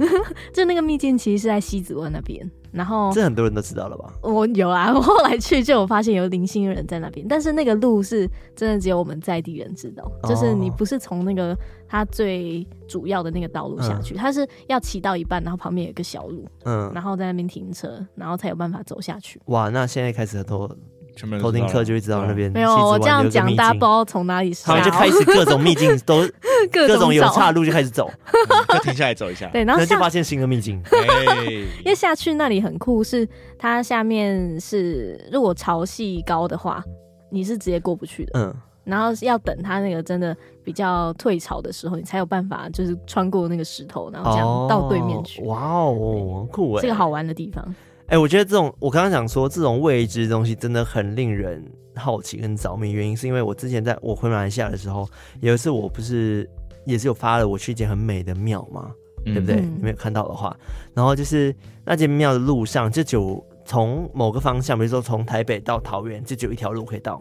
Speaker 2: 就那个秘境其实是在西子湾那边，然后
Speaker 3: 这很多人都知道了吧？
Speaker 2: 我有啊， (laughs) 我后来去就有发现有零星人在那边，但是那个路是真的只有我们在地人知道，
Speaker 3: 哦
Speaker 2: 就是你不是从那个它最主要的那个道路下去，它是要骑到一半，然后旁边有一个小路，
Speaker 3: 嗯，
Speaker 2: 然后在那边停车，然后才有办法走下去。
Speaker 3: 哇，那现在开始都
Speaker 4: 全部人
Speaker 3: 偷听
Speaker 4: 知道
Speaker 3: 课
Speaker 4: 了 (laughs) 啊
Speaker 3: 就会知道那。边
Speaker 2: 没有，
Speaker 3: 嗯西子
Speaker 2: 我
Speaker 3: 湾
Speaker 2: 这样
Speaker 3: 有个
Speaker 2: 讲
Speaker 3: 秘，
Speaker 2: 大家不
Speaker 3: 境
Speaker 2: 知道从哪里下
Speaker 3: 他
Speaker 2: 哦，
Speaker 3: 们就开始各种秘境都
Speaker 2: (laughs) 各
Speaker 3: 各种有
Speaker 2: 找
Speaker 3: 岔路就开始走，
Speaker 4: 对啊就停下来走一下。
Speaker 2: 对，然
Speaker 3: 然
Speaker 2: 后
Speaker 3: 后就
Speaker 2: 下
Speaker 3: 发现新的秘境。
Speaker 2: 因为
Speaker 4: (laughs) 哎，
Speaker 2: 下去那里很酷，是它下面是如果潮汐高的话，你是直接过不去的。
Speaker 3: 嗯，
Speaker 2: 然后要等它那个真的比较退潮的时候，你才有办法就是穿过那个石头，然后这样到对面去
Speaker 3: 哦。哇哦，很酷哎、
Speaker 2: 这个好玩的地方，
Speaker 3: 哎、我觉得这种我刚刚讲说这种未知的东西真的很令人好奇跟着迷，原因是因为我之前在我回马来西亚的时候，有一次我不是也是有发了我去一间很美的庙嘛，对不对？
Speaker 2: 嗯
Speaker 3: 你们有看到的话，然后就是那间庙的路上就只有从某个方向，比如说从台北到桃园，就只有一条路可以到。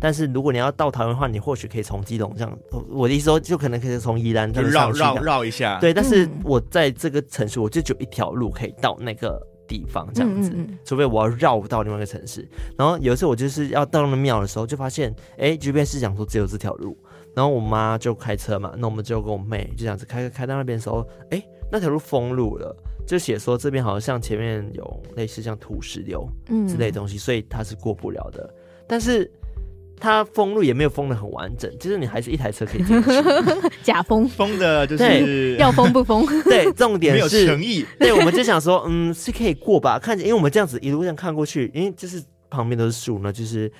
Speaker 3: 但是如果你要到桃园的话，你或许可以从基隆这样，我我的意思说，就可能可以从宜兰这
Speaker 4: 就
Speaker 3: 样上
Speaker 4: 绕
Speaker 3: 去
Speaker 4: 绕
Speaker 3: 这样
Speaker 4: 绕一下。
Speaker 3: 对，但是
Speaker 2: 嗯
Speaker 3: 我在这个城市，我就只有一条路可以到那个地方，这样子，
Speaker 2: 嗯嗯嗯
Speaker 3: 除非我要绕到另外一个城市。然后有一次我就是要到那庙的时候，就发现，哎，GPS 讲说只有这条路。然后我妈就开车嘛，那我们就跟我妹就这样子开开到那边的时候，哎，那条路封路了，就写说这边好像前面有类似像土石流
Speaker 2: 嗯
Speaker 3: 之类的东西，所以它是过不了的。但是它封路也没有封的很完整，就是你还是一台车可以进
Speaker 2: (laughs)
Speaker 3: 去。
Speaker 2: 假疯，
Speaker 4: 疯的就
Speaker 3: 对
Speaker 4: 是
Speaker 2: 要疯
Speaker 3: (laughs)
Speaker 2: 不疯？
Speaker 3: 对，重
Speaker 4: 没
Speaker 3: 点
Speaker 4: 有
Speaker 3: 是
Speaker 4: 诚意，
Speaker 3: (laughs) 对，我们就想说，嗯，是可以过吧？看着，因为我们这样子一路这样看过去，因为就是旁边都是树呢，就是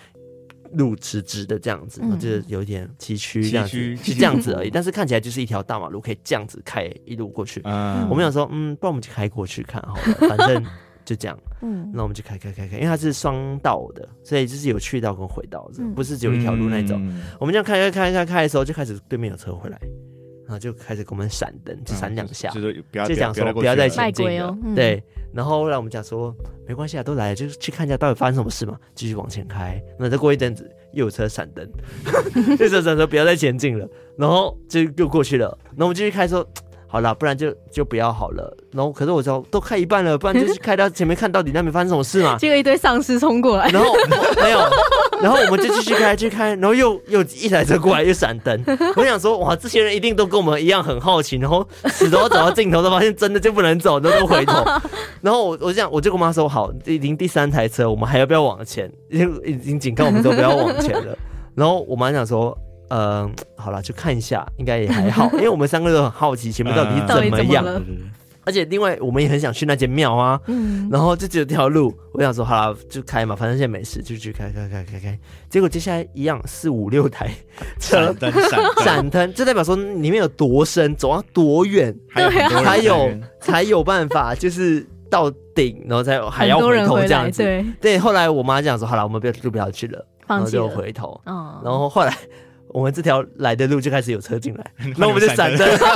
Speaker 3: 路直直的这样子，
Speaker 2: 嗯
Speaker 3: 然后就是有点崎岖这样
Speaker 4: 崎
Speaker 3: 子，是
Speaker 4: 岖崎岖
Speaker 3: 这样子而已。但是看起来就是一条大马路，可以这样子开一路过去。
Speaker 4: 嗯，
Speaker 3: 我们想说，嗯，不然我们就开过去看好了，反 (laughs) 正就这样。
Speaker 2: 嗯，
Speaker 3: 那我们就开开开开，因为它是双道的，所以就是有去道跟回道的
Speaker 2: 嗯，
Speaker 3: 不是只有一条路那种。
Speaker 4: 嗯
Speaker 3: 我们这样开开开开开的时候，就开始对面有车回来，然后就开始给我们闪灯，就闪两下。
Speaker 4: 就是不要
Speaker 3: 就讲说不
Speaker 4: 要
Speaker 3: 要再
Speaker 4: 过去了
Speaker 2: 卖
Speaker 3: 前进
Speaker 2: 鬼哦
Speaker 3: 了，
Speaker 2: 嗯，
Speaker 3: 对，然后后来我们讲说没关系啊，都来了，就是去看一下到底发生什么事嘛，继续往前开。那再过一阵子又有车闪灯， (laughs) 又有车闪说不要再前进了，然后就又过去了。然后我们继续开说，好啦，不然就就不要好了。然后可是我知道都开一半了，不然就去开到前面看到底那边发生什么事嘛。
Speaker 2: 结果一堆丧尸冲过来，
Speaker 3: 然
Speaker 2: (laughs)
Speaker 3: 后没有，然后我们就继续开，继续开，然后又又一台车过来又闪灯。我想说，哇，这些人一定都跟我们一样很好奇，然后死都要走到尽头，都发现真的就不能走，都都回
Speaker 2: (laughs)
Speaker 3: 头。然后我我就想，我就跟我妈说，好，已经第三台车，我们还要不要往前？已经已经警告我们说不要往前了。然后我妈想说。嗯，好了，就看一下，应该也还好，因为我们三个都很好奇前面到底是
Speaker 4: 嗯
Speaker 2: 到
Speaker 3: 怎
Speaker 2: 底
Speaker 3: 么
Speaker 2: 怎么
Speaker 3: 样，
Speaker 2: 了
Speaker 4: 对对对
Speaker 3: 而且另外我们也很想去那间庙啊，
Speaker 2: 嗯，
Speaker 3: 然后就只有这条路，我想说好了就开嘛，反正现在没事，就去开开开开开。结果接下来一样四五六
Speaker 2: (laughs)
Speaker 3: 台车
Speaker 4: 闪灯闪灯
Speaker 3: 闪灯，这代表说里面有多深，走到多远
Speaker 4: 还有很多人
Speaker 3: 才啊有
Speaker 4: 在那边
Speaker 3: (laughs) 才有办法，就是到顶，然后才有还
Speaker 2: 嗯很
Speaker 3: 要
Speaker 2: 多
Speaker 3: 回
Speaker 2: 人
Speaker 3: 头
Speaker 2: 回
Speaker 3: 这
Speaker 2: 来，
Speaker 3: 样子。
Speaker 2: 对，
Speaker 3: 对，后来我妈讲说好了，我们不要就不要去了，然
Speaker 2: 放
Speaker 3: 后
Speaker 2: 弃
Speaker 3: 就
Speaker 2: 了，
Speaker 3: 回头。
Speaker 2: 哦
Speaker 3: 然后后来我们这条来的路就开始有车进
Speaker 2: (laughs)
Speaker 3: 来，然后我们就闪
Speaker 4: 闪
Speaker 3: 灯
Speaker 4: 灯，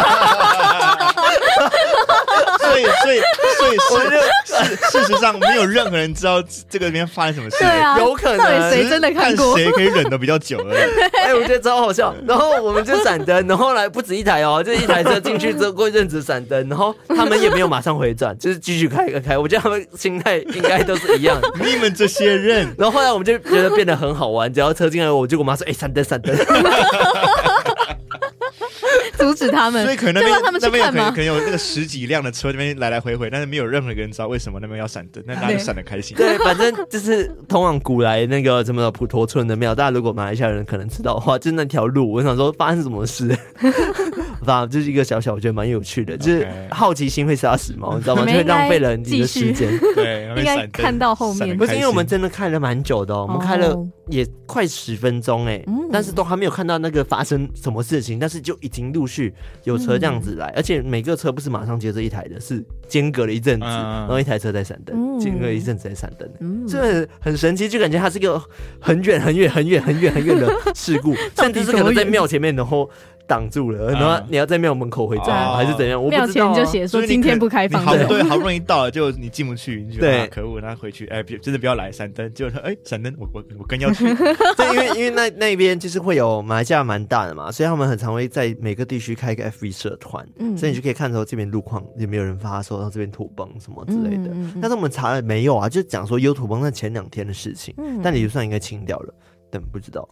Speaker 4: 所以所以所以所以事事实上没有任何人知道这个里面发生什么事。
Speaker 2: 对啊，
Speaker 3: 有可能
Speaker 2: 到底谁真的看过？
Speaker 4: 谁可以忍的比较久而已。
Speaker 3: (laughs) 哎、我觉得超好笑。
Speaker 2: 嗯
Speaker 3: 然后我们就闪灯，然后后来不止一台哦，就一台车进去之后过一阵子闪灯，然后他们也没有马上回转，就是继续开开开。我觉得他们心态应该都是一
Speaker 2: (laughs)
Speaker 3: 样的。
Speaker 4: 你们这些人，
Speaker 3: 然后后来我们就觉得变得很好玩，只要车进来，我就跟我妈说：“哎、闪灯闪灯。
Speaker 2: 阻止他们，
Speaker 4: 所以可能那
Speaker 2: 就
Speaker 4: 边
Speaker 2: 让他们
Speaker 4: 那
Speaker 2: 去
Speaker 4: 边
Speaker 2: 看
Speaker 4: 有可能
Speaker 2: 吗
Speaker 4: 可？能有那个十几辆的车那边来来回回，但是没有任何一个人知道为什么那边要闪灯，那大家就闪的开”心。
Speaker 3: 对，反正就是通往古来那个什么普陀村的庙，大家如果马来西亚人可能知道的话，就是那条路。我想说发生什么事，
Speaker 2: (laughs)
Speaker 3: 反正就是一个小小，我觉得蛮有趣的，
Speaker 2: 哦
Speaker 3: 就是好奇心会杀死猫，你知道吗？
Speaker 2: 你
Speaker 3: 就
Speaker 2: 们
Speaker 3: 会
Speaker 2: 应该
Speaker 3: 浪费了你的时
Speaker 2: 继续
Speaker 3: 间。
Speaker 4: 对，那
Speaker 2: 应
Speaker 4: 边闪
Speaker 2: 该
Speaker 4: 灯
Speaker 2: 看到后面
Speaker 4: 闪得
Speaker 3: 不是因为我们
Speaker 4: 开心
Speaker 3: 真的看了蛮久的、哦，我们看了
Speaker 2: 哦
Speaker 3: 也快十分钟哎、
Speaker 2: 嗯
Speaker 3: 但是都还没有看到那个发生什么事情，但是就已经陆续有车这样子
Speaker 2: 嗯
Speaker 3: 来，而且每个车不是马上接着一台的，是间隔了一阵子，
Speaker 4: 嗯
Speaker 3: 然后一台车在闪灯，
Speaker 2: 嗯
Speaker 3: 间、隔一阵子在闪灯。
Speaker 2: 嗯
Speaker 3: 这很很神奇，就感觉它是一个很远、很远、很远、很远、很远的事
Speaker 2: (laughs)
Speaker 3: 故，甚至是可能在庙前面，然后挡住了，然后
Speaker 4: 嗯
Speaker 3: 你要在庙门口回转、
Speaker 4: 哦
Speaker 3: 还是怎样？我不
Speaker 2: 庙
Speaker 3: 知道、
Speaker 2: 前
Speaker 3: 啊。
Speaker 2: 就写
Speaker 4: 所
Speaker 2: 说
Speaker 4: 以你
Speaker 2: 今天
Speaker 4: 可
Speaker 2: 不开放
Speaker 4: 你好
Speaker 2: 这
Speaker 4: 不
Speaker 2: 种，
Speaker 4: 对，好不容易到了，就你进不去，你就觉
Speaker 3: 对
Speaker 4: 得啊可恶，那回去，哎，别真的不要来闪灯，结果他哎闪灯，我我我更要去，
Speaker 2: (laughs)
Speaker 3: (laughs) 对，因为因为那那边就是会有马来西亚蛮大的嘛，所以他们很常会在每个地区开一个 FV 社团，
Speaker 2: 嗯
Speaker 3: 所以你就可以看到这边路况有没有人发说到这边土崩什么之类的。
Speaker 2: 嗯嗯嗯
Speaker 3: 但是我们查了没有啊，就讲说有土崩那前两天的事情，
Speaker 2: 嗯
Speaker 3: 但理论上应该清掉了，但不知道，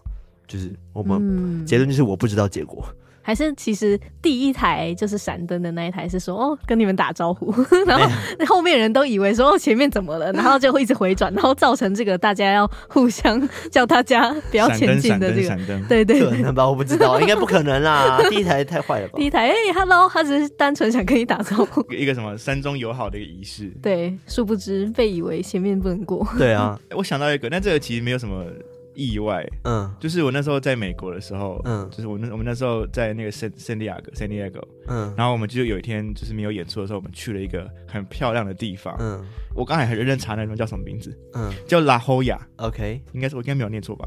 Speaker 3: 就是我们、
Speaker 2: 嗯
Speaker 3: 结论就是我不知道结果。
Speaker 2: 还是其实第一台就是闪灯的那一台是说哦跟你们打招呼， (laughs) 然
Speaker 4: 哎
Speaker 2: 后后面人都以为说哦前面怎么了，然
Speaker 4: (laughs)
Speaker 2: 后就会一直回转，然后造成这个大家要互相叫大家不要
Speaker 4: 闪
Speaker 2: 前
Speaker 4: 灯
Speaker 2: 进的这
Speaker 4: 闪灯
Speaker 2: 个，
Speaker 4: 闪灯，
Speaker 2: 对对
Speaker 3: 可
Speaker 2: 对。
Speaker 3: 能吧，我不知道，应该不可能啦。第一台太坏了吧
Speaker 2: 第？一台哎、h e l l o 他只是单纯想跟你打招呼，
Speaker 4: 一个什么山中友好的一个仪式。
Speaker 2: 对，殊不知被以为前面不能过，
Speaker 3: 对啊，
Speaker 4: 我想到一个，但这个其实没有什么意外，
Speaker 3: 嗯
Speaker 4: 就是我那时候在美国的时候，
Speaker 3: 嗯
Speaker 4: 嗯，就是我那我们那时候在那个圣圣地亚哥圣地亚哥，
Speaker 3: 嗯
Speaker 4: 然后我们就有一天就是没有演出的时候，我们去了一个很漂亮的地方。
Speaker 3: 嗯
Speaker 4: 我刚才还认真查那地方叫什么名字，
Speaker 3: 嗯
Speaker 4: 叫拉霍亚，
Speaker 3: ，OK，
Speaker 4: 应该是我应该没有念错吧？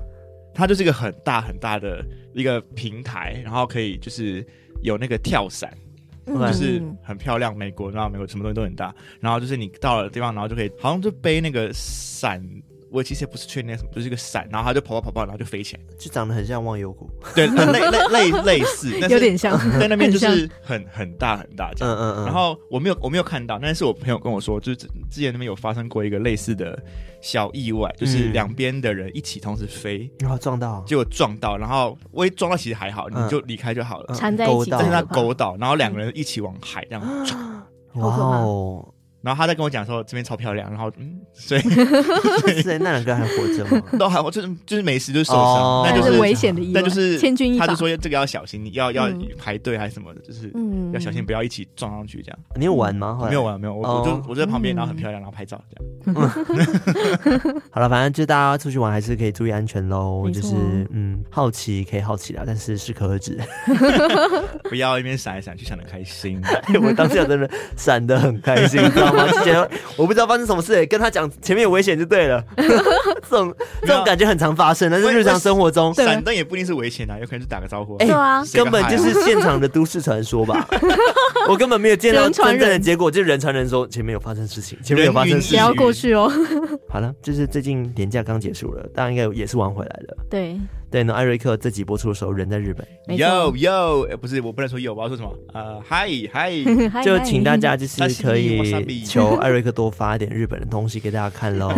Speaker 4: 它就是一个很大很大的一个平台，然后可以就是有那个跳伞，
Speaker 2: 嗯
Speaker 4: 就是很漂亮。美国，然后美国什么东西都很大，然后就是你到了地方，然后就可以好像就背那个伞，我其实也不是确定那什么，就是一个伞，然后它就跑跑跑跑，然后就飞起来。
Speaker 3: 就长得很像忘忧谷。
Speaker 4: 对，类类类类似，但是
Speaker 2: 有点像，
Speaker 4: (laughs) 在那边就
Speaker 2: 很
Speaker 4: 是嗯很很大很大
Speaker 3: 嗯
Speaker 4: 这样。
Speaker 3: 嗯嗯，
Speaker 4: 然后我没有我没有看到，但是我朋友跟我说，就是之之前那边有发生过一个类似的小意外，就是
Speaker 3: 嗯
Speaker 4: 两边的人一起同时飞，
Speaker 3: 然后撞到，
Speaker 4: 结果撞到，然后我一撞到其实还好，
Speaker 3: 嗯
Speaker 4: 你就离开就好了。
Speaker 3: 嗯
Speaker 2: 缠在一
Speaker 3: 勾
Speaker 2: 起
Speaker 3: 到
Speaker 4: 但是
Speaker 2: 这
Speaker 4: 他
Speaker 2: 样
Speaker 3: 嗯
Speaker 4: 勾到，然后两个人一起往海这样，
Speaker 2: 好可怕
Speaker 3: 哦，
Speaker 4: 然后他在跟我讲说这边超漂亮，然后嗯，所以
Speaker 3: (laughs) 是那两个还活着
Speaker 2: (laughs)
Speaker 3: 吗？
Speaker 4: 都还我就是就是没事，就是受
Speaker 3: 哦
Speaker 4: 伤，但
Speaker 2: 但
Speaker 4: 就是
Speaker 2: 是危险的意外，
Speaker 4: 但就是
Speaker 2: 千钧一
Speaker 4: 他
Speaker 2: 发
Speaker 4: 就。说这个要小心，你要要
Speaker 2: 嗯
Speaker 4: 排队还是什么的，就是
Speaker 2: 嗯
Speaker 4: 要小心，不要一起撞上去这样。
Speaker 3: 你有玩吗？后来
Speaker 4: 没有。啊，没有，我我
Speaker 3: 哦
Speaker 4: 就我就在旁边，
Speaker 2: 嗯
Speaker 4: 然后很漂亮，然后拍照这样。
Speaker 3: 好了，反正就大家出去玩还是可以注意安全喽。
Speaker 2: 没
Speaker 3: 就
Speaker 2: 错
Speaker 3: 是嗯，好奇可以好奇啦，但是适可而
Speaker 2: (laughs)
Speaker 3: 止。 (laughs)
Speaker 4: 不要一边闪来闪去，想的开心。
Speaker 3: 我当下真的闪得很开心，你知道
Speaker 2: (laughs)
Speaker 3: 吗？就觉得我不知道发生什么事、跟他讲前面有危险就对了。 (laughs) 这种这种感觉很常发生，但是日常生活中，
Speaker 2: 对
Speaker 4: 闪灯也不一定是危险的啊，有可能是打个招呼啊。
Speaker 3: 哎
Speaker 2: 对啊，
Speaker 4: 谁
Speaker 3: 根本就是现场的都市传说
Speaker 2: (laughs)
Speaker 3: 吧。 (laughs) 我根本没有见到
Speaker 2: 人传
Speaker 3: 真
Speaker 2: 人
Speaker 3: 正的结果，就是人传人说前面有发生事情，前面有发生
Speaker 4: 人云
Speaker 3: 事
Speaker 2: 不
Speaker 3: 情
Speaker 4: 亦。
Speaker 2: 要过去哦。
Speaker 3: 好了，就是最近年假刚结束了，大家应该也是玩回来了。
Speaker 2: (laughs) (laughs) 对，
Speaker 3: 对，那艾瑞克这集播出的时候人在日本，
Speaker 2: 没
Speaker 4: Yo
Speaker 2: 错
Speaker 4: Yo，哎不是，我不能说 Yo，我要说什么？呃，嗨嗨，
Speaker 3: (laughs)
Speaker 2: 嗨
Speaker 3: 就请大家就是
Speaker 4: 嗨
Speaker 3: 可
Speaker 4: Wasabi，
Speaker 3: 以
Speaker 4: wasabi
Speaker 3: 求艾瑞克多发一点日本的东西给大家看
Speaker 4: (laughs)
Speaker 3: 喽。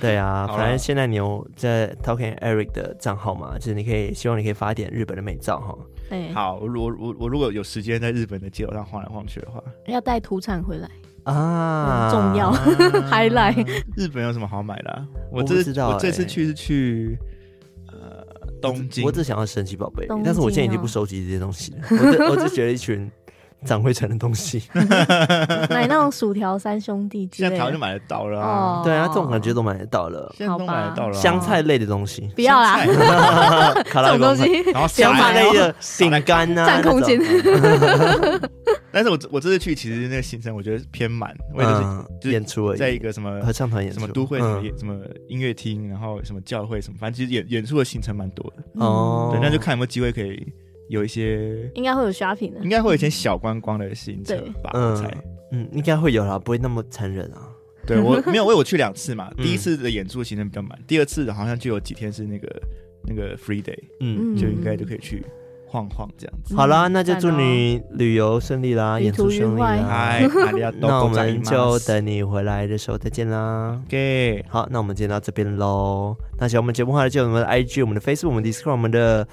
Speaker 3: 对啊，
Speaker 4: 好啦
Speaker 3: 反正现在你有在 Talking Eric 的账号嘛，就是你可以希望你可以发一点日本的美照哈。
Speaker 2: 嗨对，
Speaker 4: 好，我如我我我如果有时间在日本的街头上晃来晃去
Speaker 3: (laughs)
Speaker 4: 的话，
Speaker 2: 要带土产回来
Speaker 3: 啊，
Speaker 2: 很嗯重 (laughs) 要，highlight。 (laughs)
Speaker 4: 日本有什么好买的啊？我
Speaker 3: 不
Speaker 4: 这
Speaker 3: 知道
Speaker 4: 我这
Speaker 3: 哎
Speaker 4: 次去是去呃东京
Speaker 3: 我，只想要神奇宝贝
Speaker 2: 东，京
Speaker 3: 但是我现在已经
Speaker 2: 哦
Speaker 3: 不收集这些东西了，我只我只觉得一群长灰尘的东西。
Speaker 2: 买那种薯条三兄弟之
Speaker 4: 现在
Speaker 2: 类
Speaker 4: 台湾就
Speaker 2: 的。
Speaker 4: 买得到了
Speaker 2: (laughs)
Speaker 4: 啊，
Speaker 2: 哦
Speaker 3: 对啊，这种感觉都买得到了，
Speaker 4: 现在都买得到了啊
Speaker 3: 香菜类的东西，
Speaker 2: 不要啦，
Speaker 4: 香菜
Speaker 3: 卡
Speaker 2: (laughs) 这
Speaker 3: 拉
Speaker 2: 种东西哦 (laughs)
Speaker 4: 然后
Speaker 3: 香菜
Speaker 4: 菜
Speaker 3: 类的
Speaker 4: 少
Speaker 3: 饼
Speaker 4: 来
Speaker 3: 干啊，
Speaker 2: 占空间
Speaker 3: 那种
Speaker 4: 但是我这我这次去其实那个行程我觉得偏满，我也就是
Speaker 3: 嗯，
Speaker 4: 就是
Speaker 3: 演出而已，
Speaker 4: 在一个什么
Speaker 3: 合唱团演出，
Speaker 4: 什么都会什么
Speaker 3: 嗯
Speaker 4: 什么音乐厅，然后什么教会什么，反正其实演演出的行程蛮多的。
Speaker 3: 哦，
Speaker 4: 对，那就看有没有机会可以有一些，
Speaker 2: 应该会有 shopping 的
Speaker 4: 应。该会有一些小观光的行程吧，
Speaker 3: 嗯
Speaker 4: 我猜。
Speaker 3: 嗯，应该会有啦，不会那么残忍啊。
Speaker 4: 对我没有，因为我去两次嘛，
Speaker 3: 嗯
Speaker 4: 第一次的演出行程比较满，第二次好像就有几天是那个那个 free day，
Speaker 3: 嗯，
Speaker 4: 就应该就可以去晃晃这样子。
Speaker 3: 好啦，那就祝你旅游顺利啦，
Speaker 2: 旅
Speaker 3: 演出
Speaker 2: 途愉
Speaker 3: 顺利
Speaker 2: 快
Speaker 3: (laughs) 啦。
Speaker 4: 嗨，大家都
Speaker 3: 那我
Speaker 4: ござい
Speaker 3: 们
Speaker 4: ます
Speaker 3: 就等你回来的时候再见啦。
Speaker 4: OK，
Speaker 3: 好，那我们今天到这边喽。那喜欢我们节目的话，记得我们的 IG、我们的 Facebook、我们的 Discord、我们的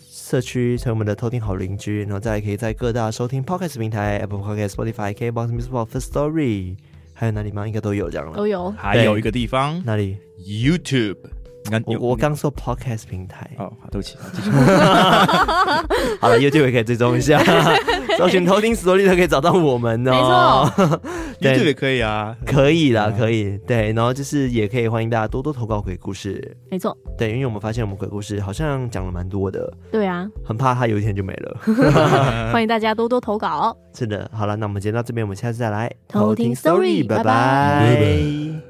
Speaker 3: 社区，成为我们的偷听好邻居。然后再来可以在各大收听 Podcast 平台，Apple Podcast、Spotify、KBox、Music Box、First Story，还有哪里吗？应该都有这样了。
Speaker 2: 都有。
Speaker 4: 还有一个地方
Speaker 3: 哪里？
Speaker 4: YouTube，你看
Speaker 3: 我我刚说 Podcast 平台。
Speaker 4: 哦，好，对不起，
Speaker 3: 好了，YouTube 也可以追踪一 (laughs) 下，搜寻偷听史多利都可以找到我们哦。没错，对
Speaker 4: YouTube 也可以啊，
Speaker 3: (laughs) 可以啦，可以。对，然后就是也可以欢迎大家多多投稿鬼故事。
Speaker 2: 没错，
Speaker 3: 对，因为我们发现我们鬼故事好像讲了蛮多的，
Speaker 2: 对啊，
Speaker 3: 很怕它有一天就没 (laughs) 了。
Speaker 4: 嗯
Speaker 2: 欢迎大家多多投稿。哦
Speaker 3: 是的，好了，那我们今天到这边，我们下次再来
Speaker 2: 偷听 story，拜拜
Speaker 3: 拜拜